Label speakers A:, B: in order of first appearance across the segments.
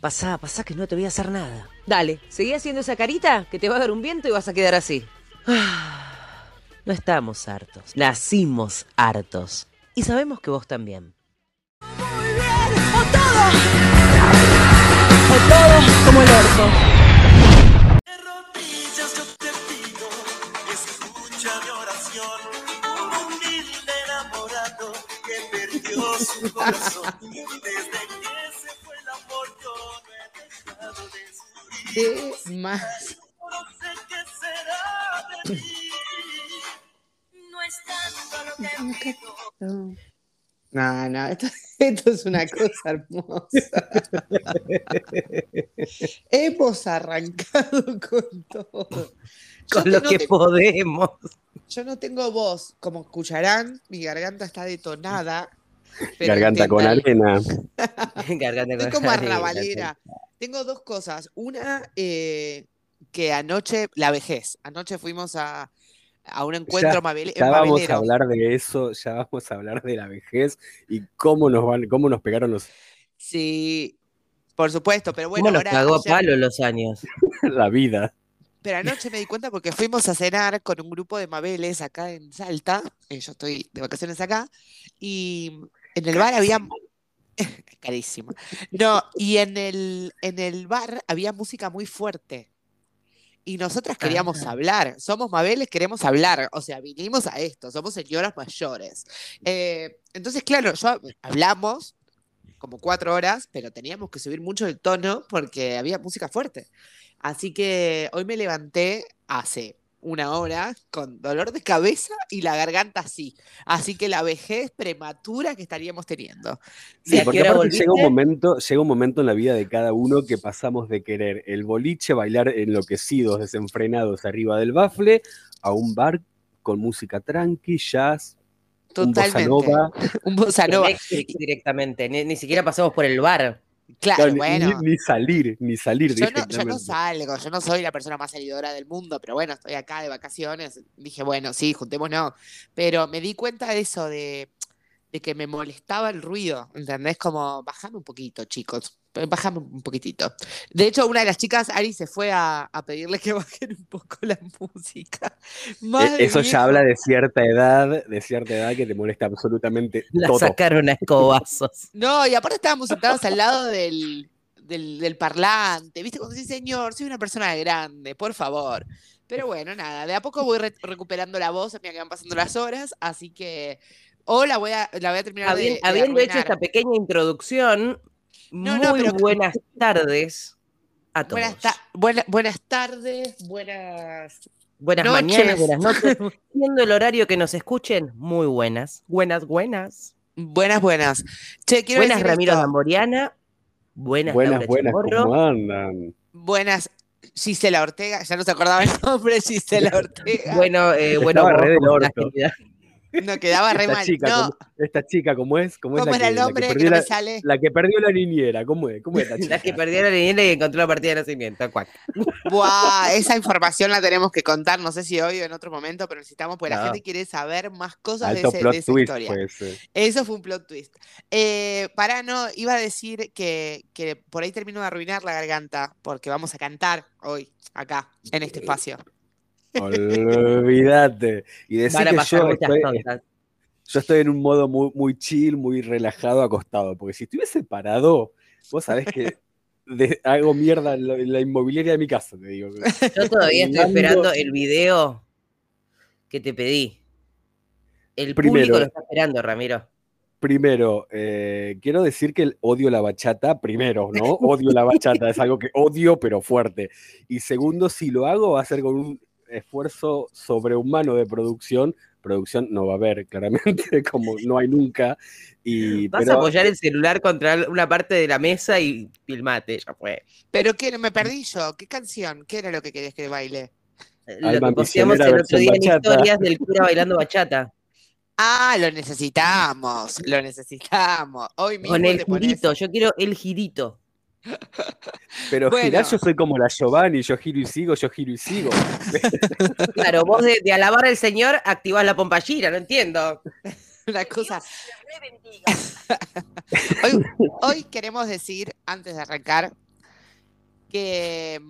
A: Pasá, pasá que no te voy a hacer nada.
B: Dale, seguí haciendo esa carita que te va a dar un viento y vas a quedar así.
A: Ah, No estamos hartos. Nacimos hartos. Y sabemos que vos también.
C: O todo. O todo como el orto.
D: De rodillas yo te pido, escucha mi oración. Un humilde enamorado que perdió su corazón. Desde que se fue el amor, yo no he dejado de sufrir.
E: ¿Qué más?
D: No sé qué será de mí.
C: No es tanto lo que pido.
E: No, no, no, esto, esto es una cosa hermosa. Hemos arrancado con todo. Yo
A: Con
E: te-
A: lo
E: no
A: que
E: te-
A: podemos.
E: yo no tengo voz, como escucharán, mi garganta está detonada. pero eh,
F: Garganta con
E: intentaré.
F: arena.
A: Garganta
E: Estoy
A: con
E: como
A: arena.
E: arrabalera. Tengo dos cosas. Una, eh, que anoche, la vejez. Anoche fuimos a, a un encuentro mabel-
F: Ya vamos a
E: mabelero.
F: hablar de eso, ya vamos a hablar de la vejez y cómo nos van, cómo nos pegaron los,
E: Sí, por supuesto, pero
A: ¿Cómo
E: bueno,
A: nos
E: ahora
A: cagó a
E: ayer-
A: palo los años?
F: la vida.
E: Pero anoche me di cuenta porque fuimos a cenar con un grupo de Mabeles acá en Salta. eh, yo estoy de vacaciones acá. Y en el bar había. Carísimo. No, y en el, en el bar había música muy fuerte. Y nosotras queríamos hablar. Somos Mabeles, queremos hablar. O sea, vinimos a esto. Somos señoras mayores. Eh, entonces, claro, yo hablamos como cuatro horas, pero teníamos que subir mucho el tono porque había música fuerte. Así que hoy me levanté hace una hora con dolor de cabeza y la garganta así. Así que la vejez prematura que estaríamos teniendo.
A: ¿Y a
F: porque
A: qué hora
F: aparte llega un
A: volviste?
F: momento, llega un momento en la vida de cada uno que pasamos de querer el boliche, bailar enloquecidos, desenfrenados arriba del bafle, a un bar con música tranqui, jazz, un bossa
E: Totalmente.
F: nova.
E: Un bossa nova.
A: Netflix directamente. Ni, ni siquiera pasamos por el bar.
E: Claro,
F: No, ni-
E: bueno.
F: ni, ni salir, ni salir
E: Yo no, yo no
F: directamente.
E: salgo, yo no soy la persona más salidora del mundo, pero bueno, estoy acá de vacaciones. Dije, bueno, sí, juntémonos. Pero me di cuenta de eso, de, de que me molestaba el ruido, ¿entendés? Como, bajame un poquito, chicos, bajame un poquitito. De hecho, una de las chicas, Ari, se fue a, a pedirle que bajen un poco la música.
F: Eh,
E: Madre
F: Eso
E: vieja.
F: ya habla de cierta edad, de cierta edad que te molesta absolutamente
A: La
F: todo.
A: sacaron a escobazos.
E: No, y aparte estábamos sentados al lado del, del, del parlante, ¿viste? Cuando dice, señor, soy una persona grande, por favor. Pero bueno, nada, de a poco voy re- recuperando la voz, a medida que van pasando las horas, así que o la voy a, la voy a terminar de-
A: Habien-
E: de
A: habiendo hecho esta
E: arruinar.
A: pequeña introducción,
E: No, no,
A: muy
E: pero-
A: buenas tardes a todos.
E: Buenas, ta- buena- buenas tardes, buenas...
A: Buenas
E: Noches.
A: mañanas, buenas noches. Siendo el horario que nos escuchen, muy buenas. Buenas, buenas.
E: Buenas, buenas. Che, quiero
A: buenas,
E: decir
A: Ramiro
E: esto.
A: Gamboriana. Buenas,
F: Buenas,
A: Laura
F: buenas,
A: Chamorro.
F: ¿cómo andan?
E: Buenas, Gisela Ortega, ya no se acordaba el nombre, Gisela Ortega.
A: Bueno, eh, bueno,
F: Estaba re
A: vos,
F: del
A: con la
F: orto.
A: agilidad.
E: no, quedaba re
F: esta,
E: mal.
F: Chica,
E: no,
F: ¿cómo, esta chica, ¿cómo es? ¿Cómo, es
E: ¿cómo era
F: la que,
E: el
F: la que
E: nombre? Que no
F: perdió la,
E: me sale.
F: la que perdió la niñera? ¿Cómo es? ¿Cómo es esta
A: La que
F: chica?
A: perdió la niñera y encontró la partida de nacimiento. cuac.
E: Buah, esa información la tenemos que contar, no sé si hoy o en otro momento, pero necesitamos, porque la
A: No.
E: gente quiere saber más cosas de,
F: Alto
E: ese- de
F: plot
E: esa
F: twist pues.
E: historia.
F: fue ese.
E: Eso fue un plot twist. Eh, pará, no, iba a decir que, que por ahí termino de arruinar la garganta, porque vamos a cantar hoy, acá, en este espacio.
F: Olvídate. Y decir
A: Van a
F: que
A: pasar
F: yo
A: muchas
F: estoy,
A: cosas.
F: yo estoy en un modo muy, muy chill, muy relajado, acostado. Porque si estuviese parado, vos sabés que de- hago mierda en la, en la inmobiliaria de mi casa, te digo.
A: Yo todavía estoy
F: Mirando-
A: esperando el video que te pedí. El público
F: Primero. eh.
A: lo está esperando, Ramiro.
F: Primero, eh, quiero decir que el- odio la bachata, primero, ¿no? Odio la bachata, es algo que odio, pero fuerte. Y segundo, si lo hago, va a ser con un esfuerzo sobrehumano de producción. Producción no va a haber, claramente, como no hay nunca. Y,
A: Vas a
F: pero
A: apoyar el celular contra una parte de la mesa y filmate, ya fue.
E: Pero que me perdí yo, ¿qué canción? ¿Qué era lo que querías que baile?
A: lo
F: Alma
A: que posteamos
F: misionera
A: el otro
F: versión
A: día en
F: bachata.
A: historias del cura bailando bachata.
E: Ah, lo necesitamos, lo necesitamos. Hoy mismo
A: Con el
E: te pones-
A: girito, yo quiero el girito.
F: pero
E: bueno.
F: girar, yo soy como la Giovanni, yo giro y sigo, yo giro y sigo.
A: Claro, vos de, de alabar al Señor activás la pompa gira, no entiendo.
E: una cosa.
C: Dios los re bendiga.
E: Hoy, hoy queremos decir, antes de arrancar, que,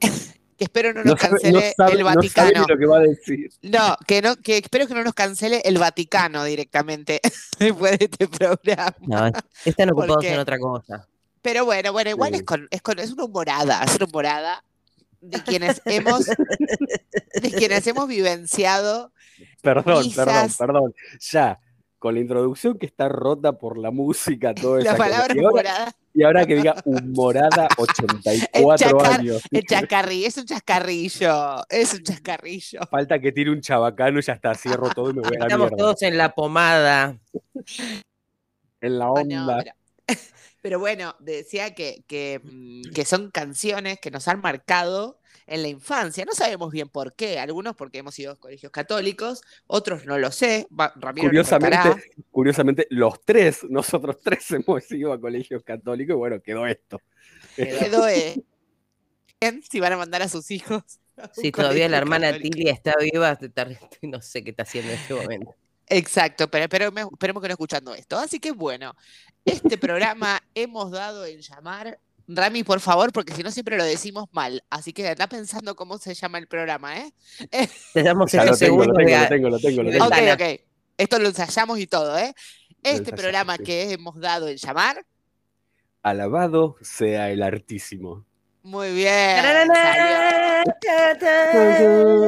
E: que espero no
F: No
E: nos
F: sabe, no
E: cancele
F: sabe-
E: el
F: no sabe
E: Vaticano.
F: ni lo que va a decir.
E: No, que no, que espero que no nos cancele el Vaticano directamente después de este programa.
A: No, están
E: ¿Por
A: ocupados
E: qué?
A: en otra cosa.
E: Pero bueno, bueno, igual
F: Sí.
E: es con, es con, es una humorada, es una humorada de quienes hemos, de quienes hemos vivenciado.
F: Perdón,
E: Quizás-
F: perdón, perdón. Ya, con la introducción que está rota por la música, todo eso.
E: La palabra
F: Y ahora,
E: humorada
F: y ahora que diga humorada 84
E: chacar-
F: años.
A: eh,
E: El chascarrillo, es un chascarrillo, es un chascarrillo.
F: Falta que tire un chabacano y ya está, cierro todo y me voy a la
A: Estamos
F: mierda.
A: todos en la pomada.
F: En la
E: Bueno,
F: onda.
E: Oh, pero, pero bueno, decía que, que, mm, que son canciones que nos han marcado en la infancia. No sabemos bien por qué. Algunos porque hemos ido a colegios católicos, otros no lo sé. Va- Ramiro nos
F: Curiosamente,
E: contará.
F: Curiosamente, los tres, nosotros tres hemos ido a colegios católicos y bueno, quedó esto.
E: Quedó, eh, bien, si van a mandar a sus hijos. a un
A: Si todavía la
E: colegio
A: hermana
E: católico.
A: Tilly está viva, te tar- no sé qué está haciendo en este momento.
E: Exacto, pero, pero me- esperemos que no escuchando esto. Así que bueno, este programa hemos dado en llamar. Rami, por favor, porque si no siempre lo decimos mal. Así que anda pensando cómo se llama el programa, ¿eh?
A: Te damos
F: Ya lo
A: estos
F: tengo, lo
A: segundos
F: tengo,
A: de
F: lo
A: a-
F: tengo, lo tengo, lo
A: de
F: tengo.
E: Ok,
A: ventana.
E: ok. Esto lo ensayamos y todo, ¿eh? Este
F: ensayamos,
E: programa
F: sí.
E: que hemos dado en llamar.
F: Alabado sea el artísimo.
E: Muy bien. Eh, salió.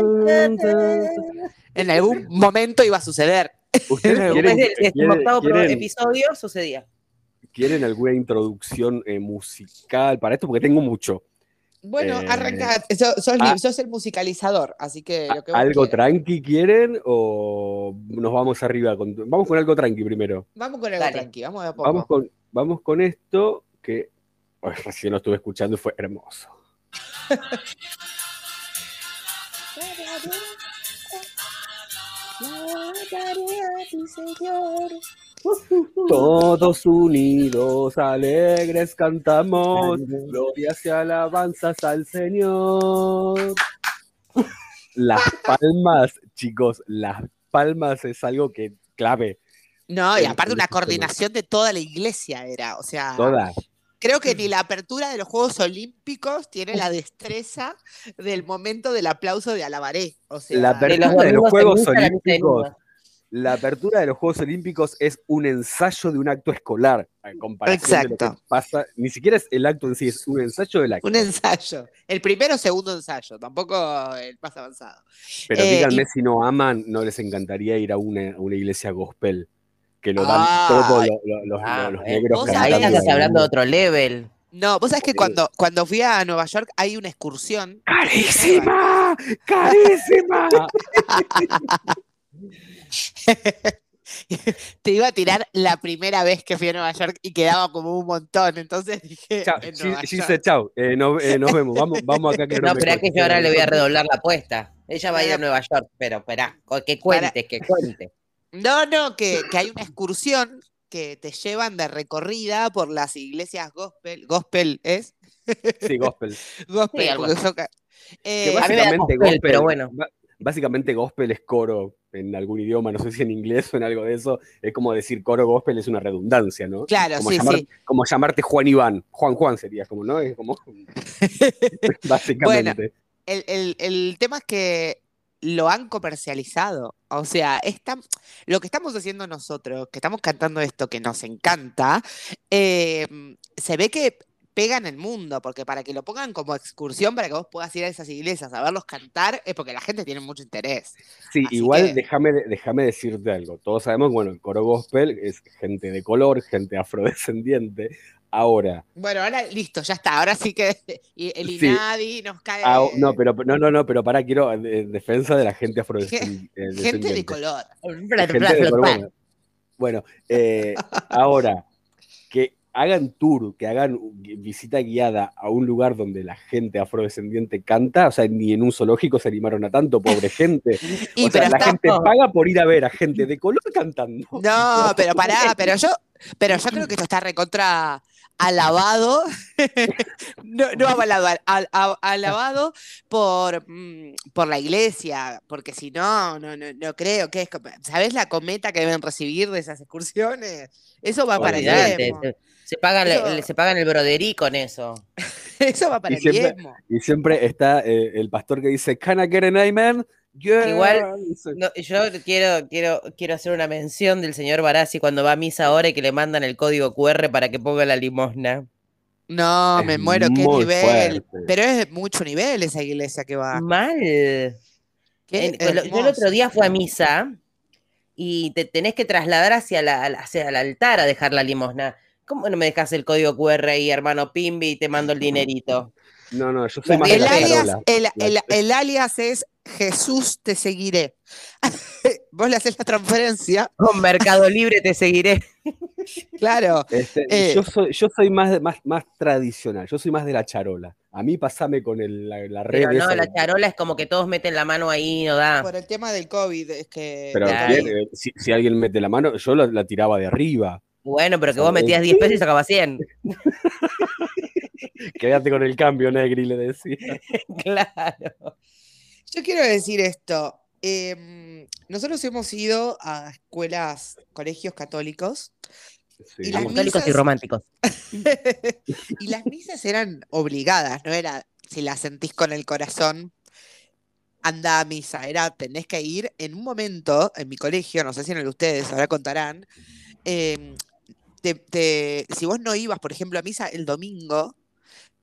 A: Después
E: En algún momento iba a suceder.
F: ¿Ustedes quieren,
A: del decimoctavo pro-
F: quieren-
A: episodio sucedía.
F: quieren alguna introducción eh, musical para esto? Porque tengo mucho.
E: Bueno,
F: Eh,
E: arranca. so- Sos,
F: ah.
E: li- sos el musicalizador, así que lo que vos
F: ¿Algo
E: quieras.
F: tranqui quieren o nos vamos arriba? con- vamos con algo tranqui primero.
E: Vamos con algo
A: Dale.
E: tranqui, vamos de a poco.
F: Vamos con, vamos con esto que ay, recién lo estuve escuchando y fue hermoso. Todos unidos, alegres cantamos, glorias y alabanzas al Señor. Las palmas, chicos, las palmas es algo que clave,
E: No, y
F: El-
E: aparte
F: el
E: una
F: equipo, ¿no?
E: coordinación de toda la iglesia era, o sea,
F: todas.
E: creo que ni la apertura de los Juegos Olímpicos tiene la destreza del momento del aplauso de Alabaré, o sea,
F: La
A: De
F: apertura
A: los
F: de los
A: domingos en
F: Juegos
A: misa, la misa de
F: Olímpicos.
A: Lima.
F: La apertura de los Juegos Olímpicos es un ensayo de un acto escolar, en comparación de lo que
E: Exacto.
F: pasa. Ni siquiera es el acto en sí, es un ensayo del acto.
E: un ensayo, el primero o segundo ensayo, tampoco el más avanzado.
F: Pero
E: eh,
F: díganme
E: y-
F: si no aman, no les encantaría ir a una, a una iglesia gospel, que lo dan
E: Ah,
F: todos lo- lo- los,
A: ah,
F: los
A: eh,
F: negros
E: vos
A: Ahí
E: sabés-
F: cantando.
A: estás hablando de otro level.
E: No, vos sabés que
F: Boludo.
E: cuando, cuando fui a Nueva York hay una excursión,
F: ¡Carísima! ¡Carísima!
E: te iba a tirar la primera vez que fui a Nueva York y quedaba como un montón, entonces dije,
F: Chao,
E: en
F: Gi-
E: Nueva York.
F: Gise, chao. Eh, no- eh, nos vemos. Vamos, vamos acá que
A: eh,
F: no
A: No,
F: me
A: pero que yo ahora le voy a redoblar la apuesta. Ella va a ir a
E: Bueno.
A: Nueva York, pero esperá, co- que cuente, que cuente.
E: No, no, que, que hay una excursión que te llevan de recorrida por las iglesias gospel. Gospel es
F: Sí, gospel.
E: gospel.
A: Sí, algo
E: porque
A: así.
E: son ca-
F: Que
E: Eh,
A: a mí me da
F: básicamente
A: gospel,
F: gospel,
A: pero bueno.
F: ba- Básicamente gospel es coro en algún idioma, no sé si en inglés o en algo de eso. Es como decir coro gospel es una redundancia, ¿no?
E: claro,
F: Como,
E: sí,
F: llamar-
E: sí.
F: como llamarte Juan Iván. Juan Juan sería como, ¿no? Es como. básicamente.
E: El, el- el tema es que lo han comercializado. O sea, es tan- lo que estamos haciendo nosotros, que estamos cantando esto que nos encanta, eh, se ve que pega en el mundo, porque para que lo pongan como excursión, para que vos puedas ir a esas iglesias a verlos cantar, es porque la gente tiene mucho interés.
F: Sí,
E: Así
F: igual
E: que-
F: déjame, déjame decirte algo. Todos sabemos, bueno, el coro gospel es gente de color, gente afrodescendiente. Ahora,
E: Bueno, ahora listo, ya está. Ahora sí que y el
F: Sí.
E: INADI nos cae.
F: ah, no, pero no, no, no, pero para quiero en en defensa de la gente eh, afrodescendiente.
E: gente de color.
F: Gente de color, bueno. Bueno, eh, ahora, que hagan tour, que hagan visita guiada a un lugar donde la gente afrodescendiente canta, o sea, ni en un zoológico se animaron a tanto, pobre gente.
E: Y
F: o sea,
E: pero
F: la
E: está-
F: gente paga por ir a ver a gente de color cantando.
E: No, pero pará, pero yo, pero yo creo que esto está recontra alabado. no, no avalado, al- al- a- alabado por, mm, por la iglesia, porque si no, no, no, no creo que es. como- ¿Sabés la cometa que deben recibir de esas excursiones? Eso va para
F: Olvidate,
E: allá.
A: Olvidate, Se, se pagan,
E: Eso-
A: el- se pagan el broderí con eso.
E: Eso va para
F: Y
E: el
F: siempre-
E: diezmo.
F: Y siempre está eh, el pastor que dice, Can I get an amen? Yeah.
A: Igual-
F: Dice,
A: No, yo quiero, quiero, quiero hacer una mención del señor Barassi cuando va a misa ahora y que le mandan el código QR para que ponga la limosna.
E: No,
F: "Es
E: me muero, qué
F: muy
E: nivel.
F: fuerte".
E: Pero es de mucho nivel esa iglesia que va.
A: Mal.
E: Qué
A: Mm, En- el- yo el
E: hermoso.
A: otro día fui a misa y te tenés que trasladar hacia, la, al- hacia el altar a dejar la limosna. ¿Cómo no me dejas el código QR ahí, hermano Pimbi, y te mando el dinerito?
F: No, no, yo soy más de
E: El
F: la
E: alias,
F: charola.
E: el,
F: La-
E: el- el alias es Jesús te seguiré. Vos le haces la transferencia,
A: Con Mercado Libre te seguiré.
E: claro.
F: Este,
E: eh.
F: yo soy, yo soy más, de- más, más tradicional, yo soy más de la charola. A mí pasame con el- la, la red.
A: Pero no,
F: esa
A: la
F: de-
A: charola es como que todos meten la mano ahí, no da.
E: Por el tema del COVID, es que.
F: Pero
A: Claro.
F: bien, eh, si, si alguien mete la mano, yo la, la tiraba de arriba.
A: Bueno, pero que vos metías 10 pesos y sacabas 100.
F: Quédate con el cambio, Negri, le decía.
A: Claro.
E: Yo quiero decir esto. em, nosotros hemos ido a escuelas, colegios católicos,
F: Sí.
E: Y la
F: Vamos,
E: mi-
A: Católicos y
E: misas-
A: románticos.
E: y las misas eran obligadas, no era si la sentís con el corazón, anda a misa, era tenés que ir. En un momento, en mi colegio, no sé si en el de ustedes, ahora contarán, em, te- te- si vos no ibas, por ejemplo, a misa el domingo,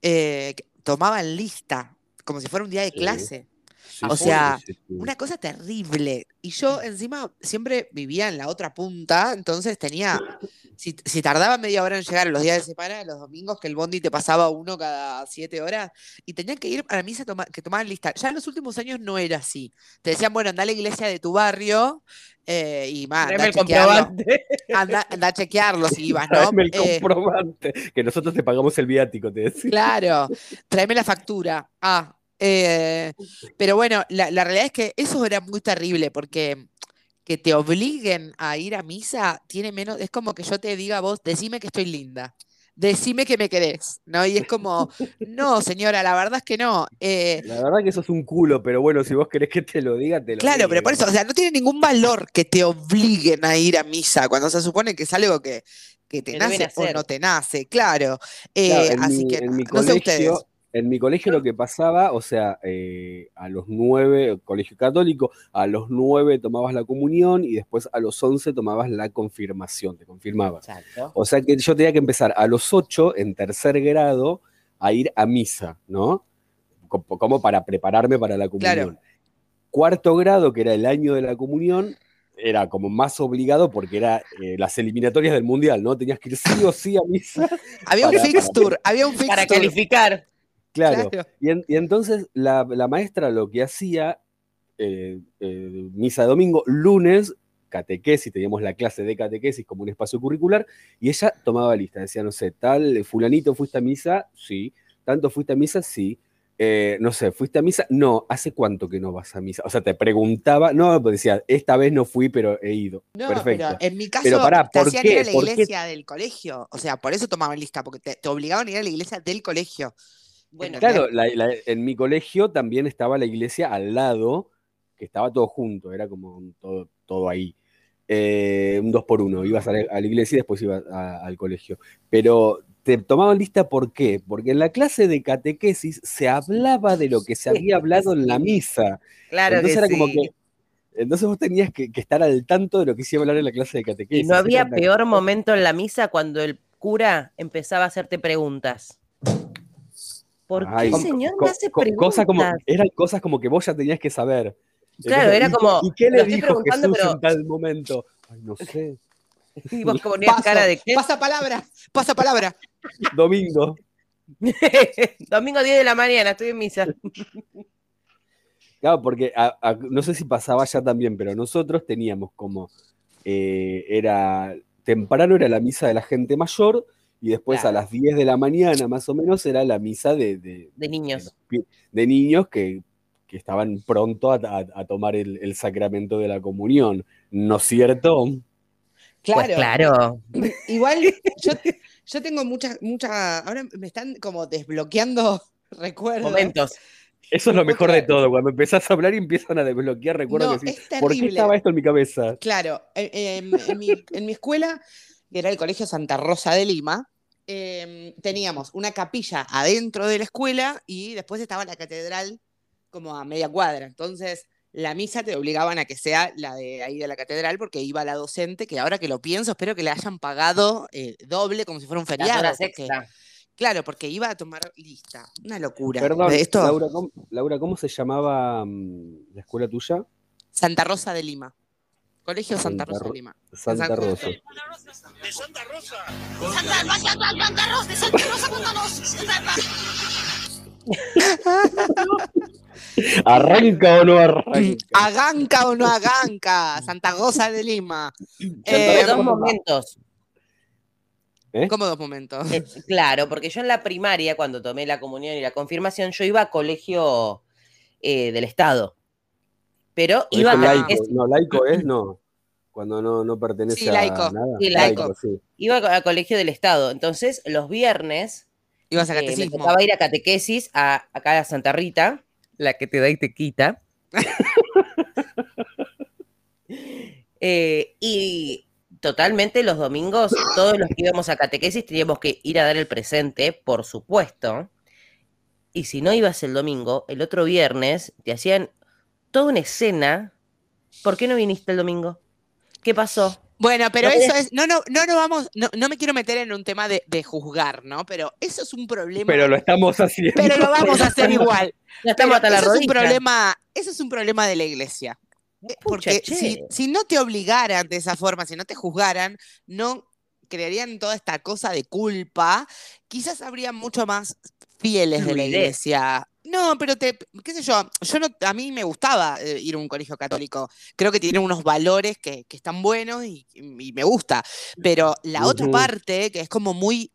E: eh, que- tomaban lista, como si fuera un día de
F: Sí.
E: clase.
F: sí,
E: o
F: sí,
E: sea,
F: sí, sí.
E: Una cosa terrible. Y yo encima siempre vivía en la otra punta, entonces tenía, si, si tardaba media hora en llegar los días de semana, los domingos que el bondi te pasaba uno cada siete horas, y tenía que ir a la misa toma- que tomaban lista. Ya en los últimos años no era así. Te decían, bueno, anda a la iglesia de tu barrio eh, y más,
A: Tráeme
E: anda, a
A: el
E: chequearlo,
A: comprobante.
E: anda, anda a chequearlo si ibas, ¿no?
F: Tráeme el
E: Eh,
F: comprobante, que nosotros te pagamos el viático, te decía.
E: Claro, tráeme la factura. Ah, eh, pero bueno, la, la realidad es que eso era muy terrible porque que te obliguen a ir a misa tiene menos, es como que yo te diga a vos, decime que estoy linda, decime que me querés, ¿no? Y es como, no, señora, la verdad es que no. Eh,
F: La verdad que sos un culo, pero bueno, si vos querés que te lo diga, te lo
E: claro,
F: digo.
E: pero por eso, o sea, no tiene ningún valor que te obliguen a ir a misa cuando se supone que es algo que, que te
A: Que no viene
E: nace
A: a
E: o
A: ser.
E: no te nace, claro.
F: Claro,
E: Eh,
F: en
E: así
F: mi-
E: que
F: en
E: no,
F: mi
E: no sé ustedes.
F: colegio- En mi colegio lo que pasaba, o sea, eh, a los nueve, colegio católico, a los nueve tomabas la comunión y después a los once tomabas la confirmación, te confirmabas.
A: Exacto.
F: O sea que yo tenía que empezar a los 8, en tercer grado, a ir a misa, ¿no? Co- Como, para prepararme para la comunión.
E: Claro.
F: Cuarto grado, que era el año de la comunión, era como más obligado porque era eh, las eliminatorias del mundial, ¿no? Tenías que ir sí o sí a misa.
E: Había un
F: Para- para-
E: fixture, había un
A: Para
E: fixture.
A: calificar.
F: Claro.
E: Claro.
F: Y, en- y entonces la, la maestra lo que hacía, eh, eh, misa de domingo, lunes, catequesis, teníamos la clase de catequesis como un espacio curricular, y ella tomaba lista, decía, no sé, tal, eh, fulanito, ¿fuiste a misa? Sí. ¿Tanto fuiste a misa? Sí. Eh, no sé, ¿fuiste a misa? No, ¿hace cuánto que no vas a misa? O sea, te preguntaba, no, pues decía, esta vez no fui, pero he ido.
E: No,
F: Perfecto.
E: pero en mi caso
F: Pero pará,
E: te
F: ¿por
E: hacían ir
F: qué?
E: a la
F: ¿Por qué?
E: iglesia del colegio. O sea, por eso tomaban lista, porque te, te obligaban a ir a la iglesia del colegio.
A: Bueno,
F: Claro, la- la- en mi colegio también estaba la iglesia al lado, que estaba todo junto, era como un todo, todo ahí. Eh, un dos por uno, ibas a la, a la iglesia y después ibas a- al colegio. Pero te tomaban lista ¿por qué? Porque en la clase de catequesis se hablaba de lo que se había hablado en la misa.
A: claro
F: entonces
A: que
F: era
A: sí.
F: como que... Entonces vos tenías que, que estar al tanto de lo que se iba a hablar en la clase de catequesis.
A: Y no
F: Era
A: había
F: una
A: peor
F: cosa-
A: momento en la misa cuando el cura empezaba a hacerte preguntas. ¿Por
F: Ay,
A: qué, señor,
F: co-
A: me hace
F: co-
A: preguntas?
F: cosas como, eran cosas como que vos ya tenías que saber.
A: Claro, era
F: ¿y-
A: como,
F: ¿Y qué
A: lo
F: le
A: estoy
F: dijo
A: preguntando,
F: Jesús
A: pero-
F: en tal momento? Ay, no sé.
A: Y vos que ponías
E: Paso,
A: cara de qué.
E: Pasa palabra, pasa palabra.
F: Domingo.
A: Domingo 10 de la mañana, estoy en misa.
F: Claro, porque a- a- no sé si pasaba ya también, pero nosotros teníamos como eh, era temprano era la misa de la gente mayor y después
A: Claro.
F: a las 10 de la mañana más o menos era la misa de, de-
A: De niños.
F: de niños que, que estaban pronto a, a- a tomar el, el sacramento de la comunión, ¿no es cierto?
E: Claro.
A: Pues claro.
E: Igual yo, yo tengo muchas, muchas. Ahora me están como desbloqueando recuerdos.
A: Momentos.
F: Eso es lo mejor de
E: Otra-
F: todo, cuando empezás a hablar y empiezan a desbloquear recuerdos
E: No,
F: que decís,
E: es
F: ¿por qué
E: terrible.
F: estaba esto en mi cabeza?
E: Claro, eh, eh, en, en mi, en mi escuela, que era el Colegio Santa Rosa de Lima, eh, teníamos una capilla adentro de la escuela y después estaba la catedral como a media cuadra. Entonces, la misa te obligaban a que sea la de ahí de la catedral porque iba la docente, que ahora que lo pienso, espero que le hayan pagado eh, doble como si fuera un
A: Las
E: feriado.
A: horas
E: porque-
A: extra.
E: Claro, porque iba a tomar lista. Una locura.
F: Perdón,
E: De Esto,
F: Laura, ¿cómo, Laura, ¿cómo se llamaba mm, la escuela tuya?
E: Santa Rosa de Lima. Colegio Santa
F: Santa
E: Rosa
F: Ro-
E: de Lima.
F: Santa
E: Exacto.
F: Rosa.
G: De Santa Rosa.
H: Santa Rosa, Santa Rosa, Santa Rosa, contanos. Santa Rosa.
F: ¿Arranca o no arranca?
E: Mm, Aganca o no aganca, Santa Rosa de Lima. Eh,
A: Tuve dos momentos.
E: ¿Cómo dos momentos?
A: Eh, claro, porque yo en la primaria, cuando tomé la comunión y la confirmación, yo iba a colegio eh, del Estado. Pero iba
F: Colegio
A: a,
F: laico.
A: es-
F: No, laico es, no. Cuando no, no pertenece
E: Sí,
F: a
E: laico.
F: nada.
A: Sí,
E: laico.
F: sí.
A: iba a colegio del Estado. Entonces, los viernes
E: Ibas a
A: eh, me
E: catecismo.
A: tocaba ir a catequesis a, acá a Santa Rita, la que te da y te quita. Eh, y totalmente los domingos, todos los que íbamos a catequesis teníamos que ir a dar el presente, por supuesto. Y si no ibas el domingo, el otro viernes te hacían toda una escena. ¿Por qué no viniste el domingo? ¿Qué pasó?
E: Bueno, pero
A: No
E: eso es. No, no, no, no vamos. No, no me quiero meter en un tema de, de juzgar, ¿no? Pero eso es un problema.
F: Pero lo estamos haciendo.
E: pero lo vamos a hacer igual.
A: Ya estamos hasta
E: Pero
A: la
E: eso es un
A: rodilla.
E: problema. Eso es un problema de la iglesia. Eh, Porque
A: che.
E: si, si no te obligaran de esa forma, si no te juzgaran, no crearían toda esta cosa de culpa, quizás habría mucho más fieles de la
A: Fluidez.
E: iglesia. No, pero te, qué sé yo, yo no, a mí me gustaba eh, ir a un colegio católico. Creo que tiene unos valores que, que están buenos y, y me gusta. Pero la otra
F: Ujú.
E: parte, que es como muy,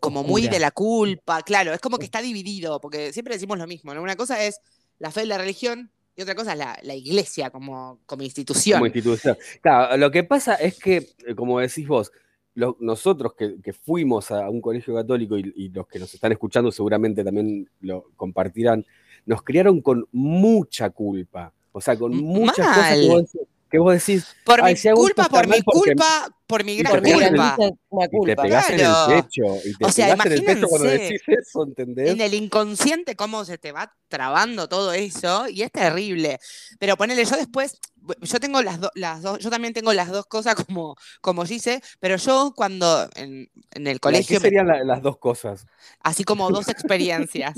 E: como muy
A: Oscura.
E: de la culpa, claro, es como que está dividido, porque siempre decimos lo mismo, ¿no? Una cosa es la fe y la religión, y otra cosa es la, la iglesia como, como institución.
F: Como institución. Claro, lo que pasa es que, eh, como decís vos, lo- nosotros que, que fuimos a un colegio católico y, y los que nos están escuchando seguramente también lo compartirán, nos criaron con mucha culpa. O sea, con
E: M-
F: muchas cosas que
E: mal.
F: vos decís. que vos decís,
E: por
F: Ay,
E: mi
F: si hago esto
E: culpa,
F: está
E: por mi
F: mal porque-
E: culpa, por mi
F: y
E: gran
F: porque
A: Porque
F: eran
E: culpa.
A: organizan una
F: y te
A: culpa.
F: pegás
E: claro.
F: en el pecho. Y te
E: O sea,
F: pegás en el pecho cuando
E: imagínense.
F: decís eso, ¿entendés?
E: En el inconsciente, cómo se te va trabando todo eso, y es terrible. Pero ponele, yo después, yo tengo las, do- las dos, yo también tengo las dos cosas como, como Gise, pero yo cuando en, en el
F: Mira, ¿qué
E: colegio, me-
F: serían la- las dos cosas?
E: así como dos experiencias.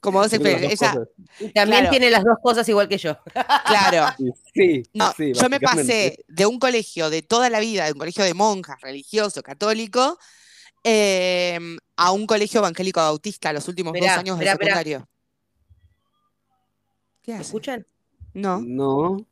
E: como dos
F: Las dos
E: experiencias. Ella-
F: cosas.
A: Y También
E: Claro.
A: tiene las dos cosas igual que yo.
E: claro.
F: Y Sí,
E: No,
F: sí,
E: yo me
F: básicamente.
E: pasé de un colegio de toda la vida, de un colegio de monjas, religioso, católico, em, a un colegio evangélico bautista los últimos
A: Esperá,
E: dos años
A: esperá,
E: de
A: esperá.
E: secundario. ¿Qué hace?
A: ¿Escuchan?
E: No.
F: No.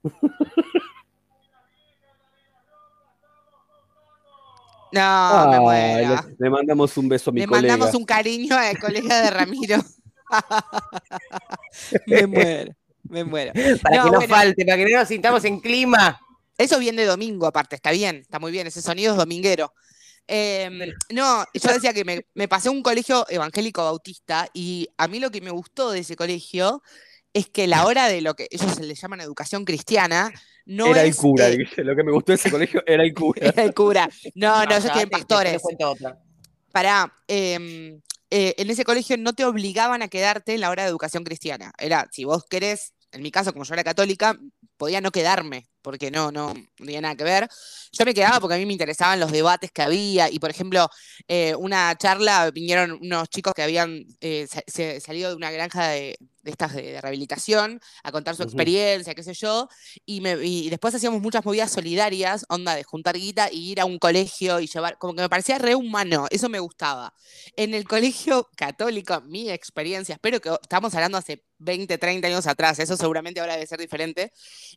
E: No, me
F: Ay,
E: muero.
F: le, le mandamos un beso a mi
E: Le
F: colega.
E: mandamos un cariño al colega de Ramiro. me muero, me muero.
A: Para
E: No,
A: que no
E: bueno.
A: falte, para que no nos sintamos en clima.
E: Eso viene de domingo, aparte, está bien, está muy bien, ese sonido es dominguero. Em, no, yo decía que me, me pasé a un colegio evangélico bautista y a mí lo que me gustó de ese colegio es que la hora de lo que ellos se le llaman educación cristiana no
F: era
E: es...
F: el cura,
E: eh,
F: dice, lo que me gustó de ese colegio era el cura.
E: era el cura. No, no, ellos
A: ya,
E: tienen
A: te- te- te
E: pastores.
A: cuento otra.
E: Pará, em, eh, en ese colegio no te obligaban a quedarte en la hora de educación cristiana. Era, si vos querés, en mi caso, como yo era católica, podía no quedarme, porque no, no, no tenía nada que ver. Yo me quedaba porque a mí me interesaban los debates que había. Y, por ejemplo, eh, una charla vinieron unos chicos que habían eh, sa- se- salido de una granja de, de estas de, de rehabilitación a contar su
F: Ujú.
E: experiencia, qué sé yo. Y, me- y después hacíamos muchas movidas solidarias, onda de juntar guita y ir a un colegio y llevar, como que me parecía re humano, eso me gustaba. En el colegio católico, mi experiencia, espero que estamos hablando hace 20, 30 años atrás, eso seguramente ahora debe ser diferente.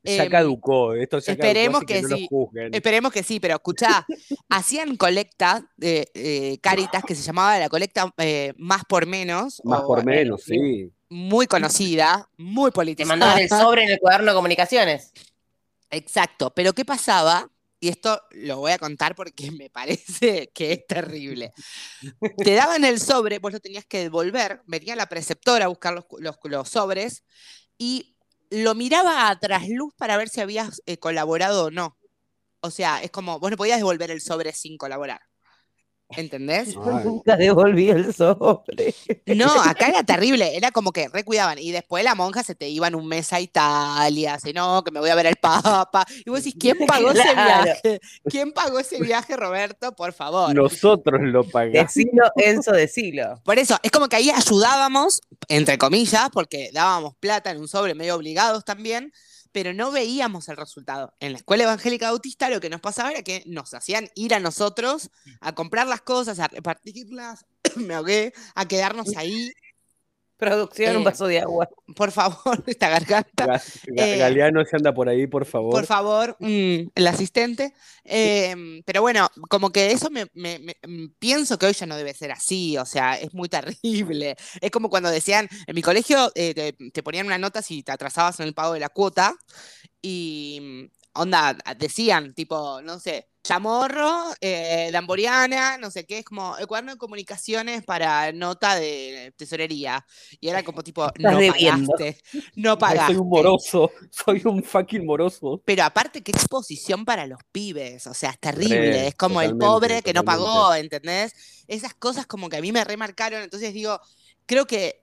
F: Ya
E: Em,
F: caducó, esto ya
E: esperemos
F: caducó, así que,
E: que
F: no
E: sí.
F: los juzguen.
E: Esperemos que sí, pero escuchá, hacían colectas de eh, Cáritas que se llamaba la colecta eh, Más por Menos,
F: Más
E: o,
F: por
E: eh,
F: menos, sí.
E: muy conocida, muy
A: Te
E: politizada.
A: mandaban el sobre en el cuaderno de comunicaciones.
E: Exacto, pero ¿qué pasaba? Y esto lo voy a contar porque me parece que es terrible. Te daban el sobre, vos lo tenías que devolver, venía la preceptora a buscar los, cu- los- los sobres y lo miraba a trasluz para ver si habías eh, colaborado o no. O sea, es como, vos no podías devolver el sobre sin colaborar. ¿Entendés?
F: Ay,
A: Nunca devolví el sobre.
E: No, acá era terrible, era como que recuidaban. Y después la monja se te iban un mes a Italia, así, no, que me voy a ver al Papa. Y vos decís, ¿quién pagó ese
A: Claro.
E: viaje? ¿Quién pagó ese viaje, Roberto? Por favor.
F: nosotros lo pagamos.
A: Decilo, Enzo, decilo.
E: Por eso, es como que ahí ayudábamos, entre comillas, porque dábamos plata en un sobre medio obligados también, pero no veíamos el resultado. En la escuela evangélica bautista lo que nos pasaba era que nos hacían ir a nosotros a comprar las cosas, a repartirlas, me ahogué, a quedarnos ahí,
A: Producción, un
E: Eh,
A: vaso de agua.
E: por favor, esta garganta.
F: Ga- Ga-
E: Eh,
F: Galeano, si anda por ahí, por favor.
E: Por favor, mm, el asistente. Em, pero bueno, como que eso me, me- me- mm, pienso que hoy ya no debe ser así, o sea, es muy terrible. Es como cuando decían, en mi colegio eh, te, te ponían una nota si te atrasabas en el pago de la cuota y mm, onda, a- decían tipo, no sé. Chamorro, eh, Damboriana, no sé qué, es como el cuaderno de comunicaciones para nota de tesorería. Y era como tipo, no
A: debiendo.
E: pagaste, no
F: Ay,
E: pagaste.
F: soy un moroso, soy un fucking moroso.
E: Pero aparte, qué exposición para los pibes, o sea, es terrible,
F: Re,
E: es como el
F: totalmente,
E: pobre que no
F: totalmente.
E: pagó, ¿entendés? Esas cosas como que a mí me remarcaron, entonces digo, creo que,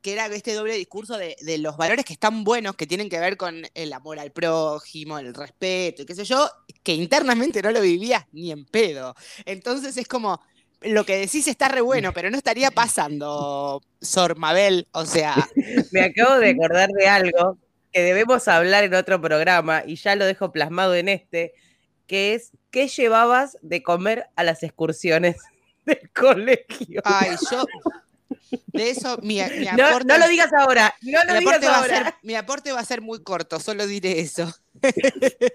E: que era este doble discurso de, de los valores que están buenos, que tienen que ver con el amor al prójimo, el respeto, y qué sé yo, que internamente no lo vivías ni en pedo. Entonces es como, lo que decís está re bueno, pero no estaría pasando, Sor Mabel, o sea,
A: Me acabo de acordar de algo que debemos hablar en otro programa y ya lo dejo plasmado en este, que es ¿qué llevabas de comer a las excursiones del colegio?
E: ay, yo... De eso, mi, mi
A: no,
E: aporte
A: no lo digas ahora, no lo
E: Mi
A: digas
E: aporte, va a
A: ahora.
E: ser, mi aporte va a ser muy corto, solo diré eso.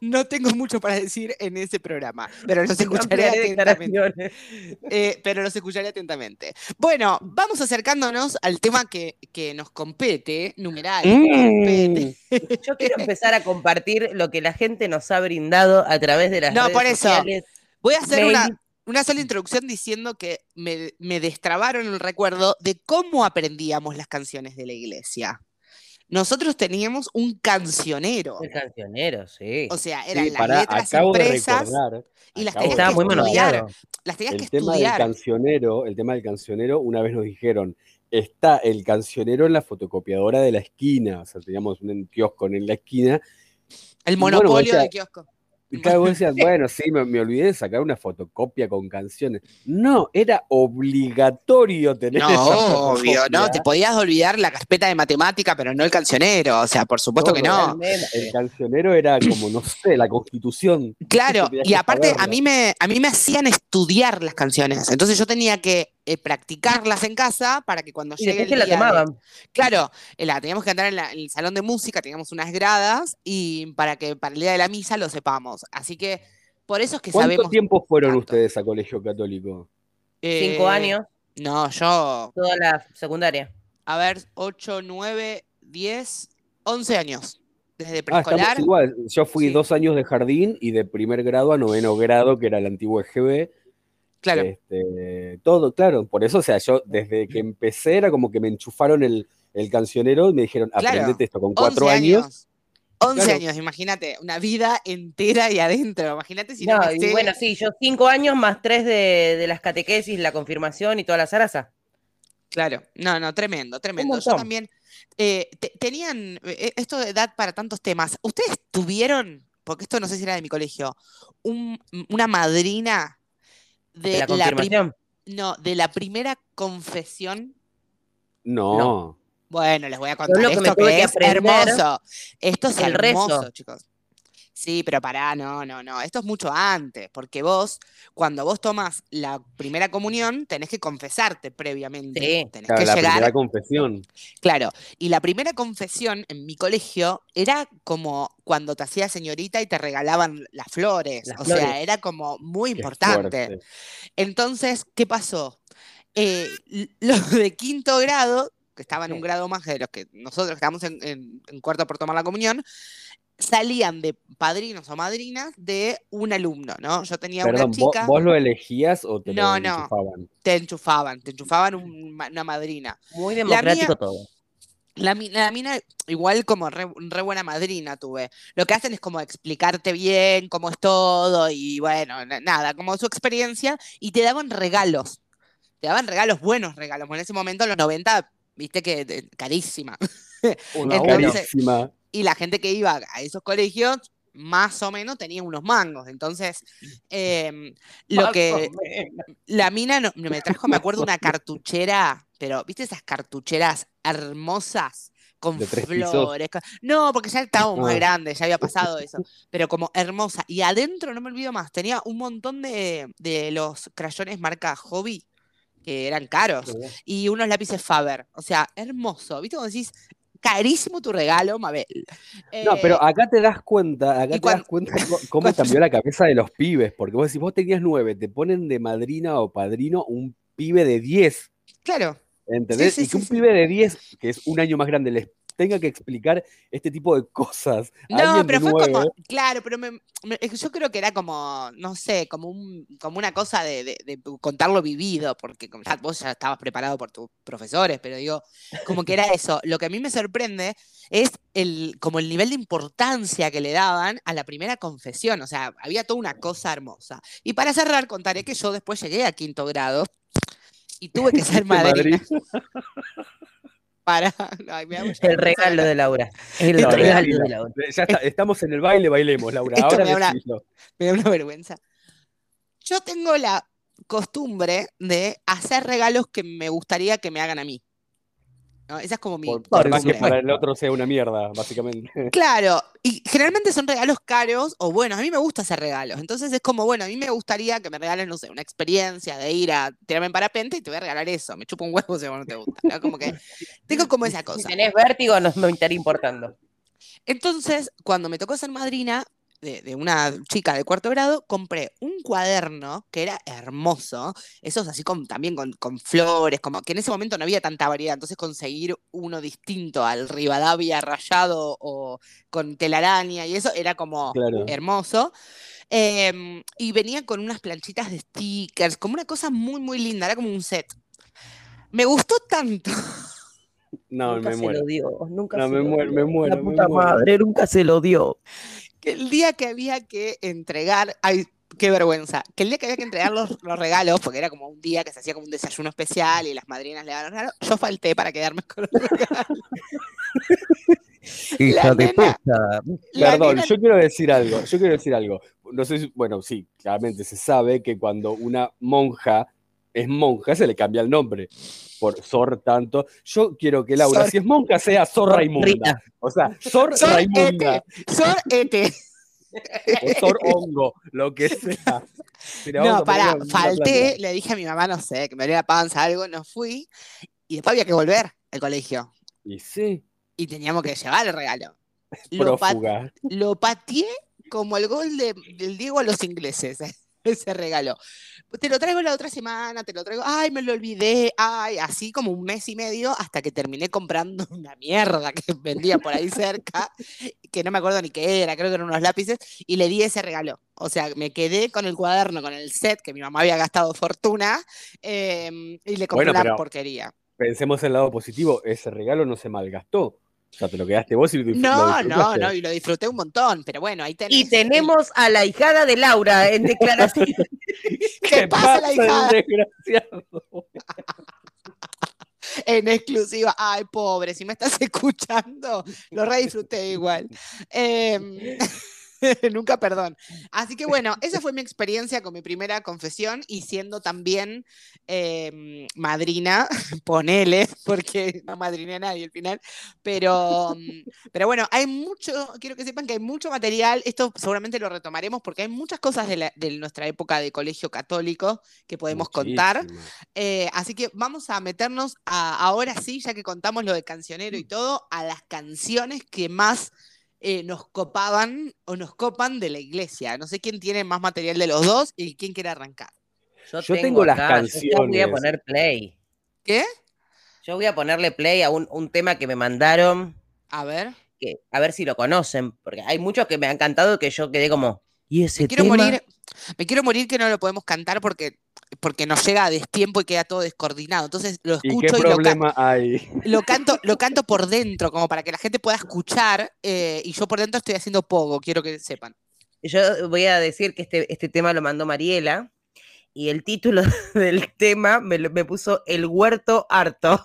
E: no tengo mucho para decir en ese programa, pero los escucharé
A: Ampliaré
E: atentamente.
A: declaraciones.
E: Eh, pero los escucharé atentamente. Bueno, vamos acercándonos al tema que, que nos compete, numeral.
F: Mm,
E: compete.
A: Yo quiero empezar a compartir lo que la gente nos ha brindado a través de las
E: No,
A: redes
E: por eso.
A: sociales.
E: Voy a hacer
A: Mail.
E: una, una sola introducción diciendo que me, me destrabaron el recuerdo de cómo aprendíamos las canciones de la iglesia. Nosotros teníamos un cancionero.
A: El cancionero, sí.
E: O sea,
F: Sí,
E: eran las
F: pará,
E: letras
F: acabo de
E: impresas.
F: recordar.
E: y las
F: acabo
E: tenías
F: de
A: Estaba
E: que
A: muy
E: estudiar,
A: manoseado.
E: Las tenías que
F: El tema del
E: estudiar.
F: cancionero, el tema del cancionero, una vez nos dijeron, está el cancionero en la fotocopiadora de la esquina, o sea, teníamos un kiosco en la esquina,
E: El
F: bueno,
E: monopolio
F: o sea,
E: del kiosco.
F: y claro, vos decías, bueno, sí, me, me olvidé de sacar una fotocopia con canciones. No, era obligatorio tener
E: No,
F: esa
E: obvio, no,
F: fotocopia.
E: te podías olvidar la carpeta de matemática, pero no el cancionero, o sea, por supuesto que no.
F: El cancionero era como, no sé, la constitución.
E: Claro,
F: tenías
E: y
F: que
E: aparte a
F: saberla.
E: mí, me, a mí me hacían estudiar las canciones, entonces yo tenía que eh, practicarlas en casa para que cuando
A: Y
E: llegue
A: después te
E: el
A: la
E: día de-
A: tomaban.
E: Claro, eh, la teníamos que cantar en, la- en el salón de música, teníamos unas gradas y para que para el día de la misa lo sepamos. Así que por eso es que
F: ¿Cuánto
E: sabemos...
F: tiempo fueron
E: tanto.
F: ustedes a colegio católico?
A: Cinco
E: eh,
A: años,
E: No, yo
A: toda la secundaria.
E: A ver, 8, 9, 10, 11 años. Desde
F: Ah, estamos
E: preescolar.
F: igual. Yo fui
E: Sí.
F: dos años de jardín y de primer grado a noveno grado, que era el antiguo EGB.
E: claro.
F: Este, todo, claro. Por eso, o sea, yo desde que empecé era como que me enchufaron el, el cancionero y me dijeron,
E: Claro,
F: aprendete esto con
E: 11
F: cuatro años.
E: 11
F: Claro.
E: años, imagínate. Una vida entera y adentro. Imagínate si no,
A: No,
E: me
A: y
E: sé-
A: bueno, sí, yo cinco años más tres de, de las catequesis, la confirmación y toda la zaraza.
E: Claro. No, no, tremendo, tremendo. Yo
A: montón.
E: también. eh, te- tenían. eh, Esto de edad para tantos temas. ¿Ustedes tuvieron, porque esto no sé si era de mi colegio, un- una madrina
A: de
E: de
A: la
E: la, prim-
A: confirmación.
E: no, de la primera confesión?
F: No.
E: Bueno, les voy a contar
A: lo que me
E: esto que,
A: tuve que
E: es
A: aprender-
E: hermoso. Esto es
A: El rezo.
E: hermoso, chicos. Sí, pero pará, no, no, no. Esto es mucho antes, porque vos, cuando vos tomás la primera comunión, tenés que confesarte previamente.
A: Sí.
E: Tenés
F: Claro,
E: que
F: la
E: llegar.
F: primera confesión.
E: Claro. Y la primera confesión en mi colegio era como cuando te hacías señorita y te regalaban las flores.
A: Las
E: o
A: flores.
E: sea, era como muy
F: Qué
E: importante.
F: fuerte.
E: Entonces, ¿qué pasó? Eh, l- los de quinto grado, que estaban un
A: Sí.
E: grado más de los que nosotros que estábamos en, en- en cuarto por tomar la comunión, salían de padrinos o madrinas de un alumno, ¿no? Yo tenía
F: Perdón,
E: una
F: ¿vo-
E: chica,
F: ¿vos lo elegías o te
E: No,
F: lo
E: no.
F: enchufaban?
E: te enchufaban, te enchufaban un ma- una madrina.
A: Muy democrático todo.
E: La, mi- la mina, igual como re, re buena madrina tuve. Lo que hacen es como explicarte bien cómo es todo y bueno, na- nada, como su experiencia y te daban regalos. Te daban regalos, buenos regalos. Bueno, en ese momento, en los 90, viste que eh, carísima.
F: Una
E: Entonces-
F: carísima.
E: Y la gente que iba a esos colegios, más o menos, tenía unos mangos. Entonces, em, lo que, la mina no- me trajo, me acuerdo, una cartuchera, pero ¿viste esas cartucheras hermosas? Con
F: ¿De tres pisos?
E: flores. con- No, porque ya estaba muy
F: Ah.
E: grande, ya había pasado eso. Pero como hermosa. Y adentro, no me olvido más, tenía un montón de, de los crayones marca Hobby, que eran caros, y unos lápices Faber. O sea, hermoso. ¿Viste cuando decís, carísimo tu regalo, Mabel?
F: No,
E: Eh,
F: pero acá te das cuenta, acá
E: y
F: te
E: cuan-
F: das cuenta co- cómo
E: cuando-
F: cambió la cabeza de los pibes, porque vos decís, vos tenías nueve, te ponen de madrina o padrino un pibe de diez,
E: Claro.
F: ¿entendés?
E: Sí, sí,
F: y que
E: sí,
F: un
E: sí.
F: pibe de diez, que es un año más grande, les tenga que explicar este tipo de cosas. a
E: No,
F: alguien de
E: pero fue
F: nueve,
E: como, claro, pero me- me- es que yo creo que era como, no sé, como un, como una cosa de, de- de contarlo vivido, porque como ya- vos ya estabas preparado por tus profesores, pero digo, como que era eso. Lo que a mí me sorprende es el, como el nivel de importancia que le daban a la primera confesión, o sea, había toda una cosa hermosa. Y para cerrar, contaré que yo después llegué a quinto grado y tuve que ser
F: de
E: madrina
F: Madrid.
E: para... Ay, me hago llorar
A: El regalo de Laura. El
E: Esto me da-
A: regalo de Laura.
F: eh, Ya está, estamos en el baile, bailemos, Laura.
E: Esto
F: Ahora
E: me habla-
F: decilo.
E: Me da una vergüenza. Yo tengo la costumbre de hacer regalos que me gustaría que me hagan a mí. ¿no? Esa es como mi
F: Por-
A: por
F: más que
E: costumbre.
F: para el otro sea una mierda, básicamente.
E: Claro, y generalmente son regalos caros o buenos. A mí me gusta hacer regalos. Entonces es como, bueno, a mí me gustaría que me regalen, no sé, una experiencia de ir a tirarme en parapente y te voy a regalar eso. Me chupo un huevo si a vos no te gusta. ¿no? Como que tengo como esa
A: Si
E: cosa.
A: tenés vértigo, no me estaría importando.
E: Entonces, cuando me tocó ser madrina de, de una chica de cuarto grado, compré un cuaderno que era hermoso, esos así con, también con, con flores, como que en ese momento no había tanta variedad, entonces conseguir uno distinto al Rivadavia rayado o con telaraña y eso era como
F: Claro.
E: hermoso. Em, y venía con unas planchitas de stickers, como una cosa muy, muy linda, era como un set. Me gustó tanto
F: No,
A: nunca
F: me
A: se
F: muero.
A: lo dio. Nunca
F: No,
A: se
F: me
A: lo
F: muero,
A: dio.
F: me muero,
A: La
F: me
A: puta
F: muero.
A: madre, nunca se lo dio.
E: que el día que había que entregar, ay, qué vergüenza, que el día que había que entregar los, los regalos, porque era como un día que se hacía como un desayuno especial y las madrinas le daban los regalos, yo falté para quedarme con los regalos. La nena- la
F: Perdón,
E: nena-
F: yo quiero decir algo, yo quiero decir algo. No sé, si- bueno, sí, claramente se sabe que cuando una monja es monja se le cambia el nombre por Sor tanto. Yo quiero que Laura,
E: Sor.
F: si es monja, sea Sor Raimunda.
A: Rita.
F: O sea, Sor,
E: Sor
F: Raimunda
E: Sor Ete.
F: o Sor Hongo, lo que sea. Si le vamos
E: No,
F: a poner
E: pará,
F: una- una
E: falté,
F: planta.
E: le dije a mi mamá, no sé, que me dolía la panza, algo, no fui. Y después había que volver al colegio.
F: Y sí,
E: Y teníamos que llevar el regalo. Lo, pat-
F: prófuga.
E: lo pateé como el gol de- del Diego a los ingleses, ese regalo. Te lo traigo la otra semana, te lo traigo, ay, me lo olvidé, ay, así como un mes y medio hasta que terminé comprando una mierda que vendía por ahí cerca, que no me acuerdo ni qué era, creo que eran unos lápices, y le di ese regalo. O sea, me quedé con el cuaderno, con el set que mi mamá había gastado fortuna, eh, y le compré
F: Bueno,
E: una
F: pero-
E: porquería.
F: Pensemos en el lado positivo, ese regalo no se malgastó. O sea, te lo quedaste vos y lo disfr-
E: No,
F: lo
E: no,
F: disfrutaste.
E: no, y lo disfruté un montón, pero bueno, ahí tenés.
A: Y
E: el-
A: tenemos a la hijada de Laura en declaración.
E: ¿Qué pasa, la
F: el
E: hijada?
F: desgraciado?
E: en exclusiva. Ay, pobre, si me estás escuchando, lo re disfruté igual. Em, nunca perdón. Así que bueno, esa fue mi experiencia con mi primera confesión y siendo también em, madrina, ponele, porque no madriné a nadie al final, pero, mm, pero bueno, hay mucho, quiero que sepan que hay mucho material, esto seguramente lo retomaremos porque hay muchas cosas de, la- de nuestra época de colegio católico que podemos contar.
F: Muchísimo.
E: Eh, así que vamos a meternos a- ahora sí, ya que contamos lo de cancionero y
F: Mm.
E: todo, a las canciones que más eh, nos copaban o nos copan de la iglesia. No sé quién tiene más material de los dos y quién quiere arrancar.
F: Yo tengo las
A: Yo ya voy a
F: canciones.
A: poner play.
E: ¿Qué?
A: Yo voy a ponerle play a un, un tema que me mandaron,
E: A ver,
A: que, a ver si lo conocen, porque hay muchos que me han cantado que yo quedé como, ¿y ese
F: Este
E: me quiero
A: tema?
E: morir, me quiero morir que no lo podemos cantar porque porque nos llega a destiempo y queda todo descoordinado. Entonces lo
F: ¿Y qué
E: escucho y, lo, ca-
F: problema hay?
E: lo canto, lo canto por dentro, como para que la gente pueda escuchar, eh, y yo por dentro estoy haciendo pogo, quiero que sepan.
A: Yo voy a decir que este, este tema lo mandó Mariela y el título del tema me, lo- me puso El huerto harto.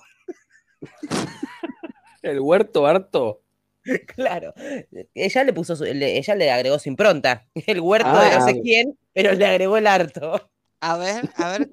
F: ¿El huerto harto?
A: Claro, ella le puso, su- le- ella le agregó su impronta. El huerto de no
F: Ah.
A: sé quién, pero le agregó el harto.
E: A ver, a ver.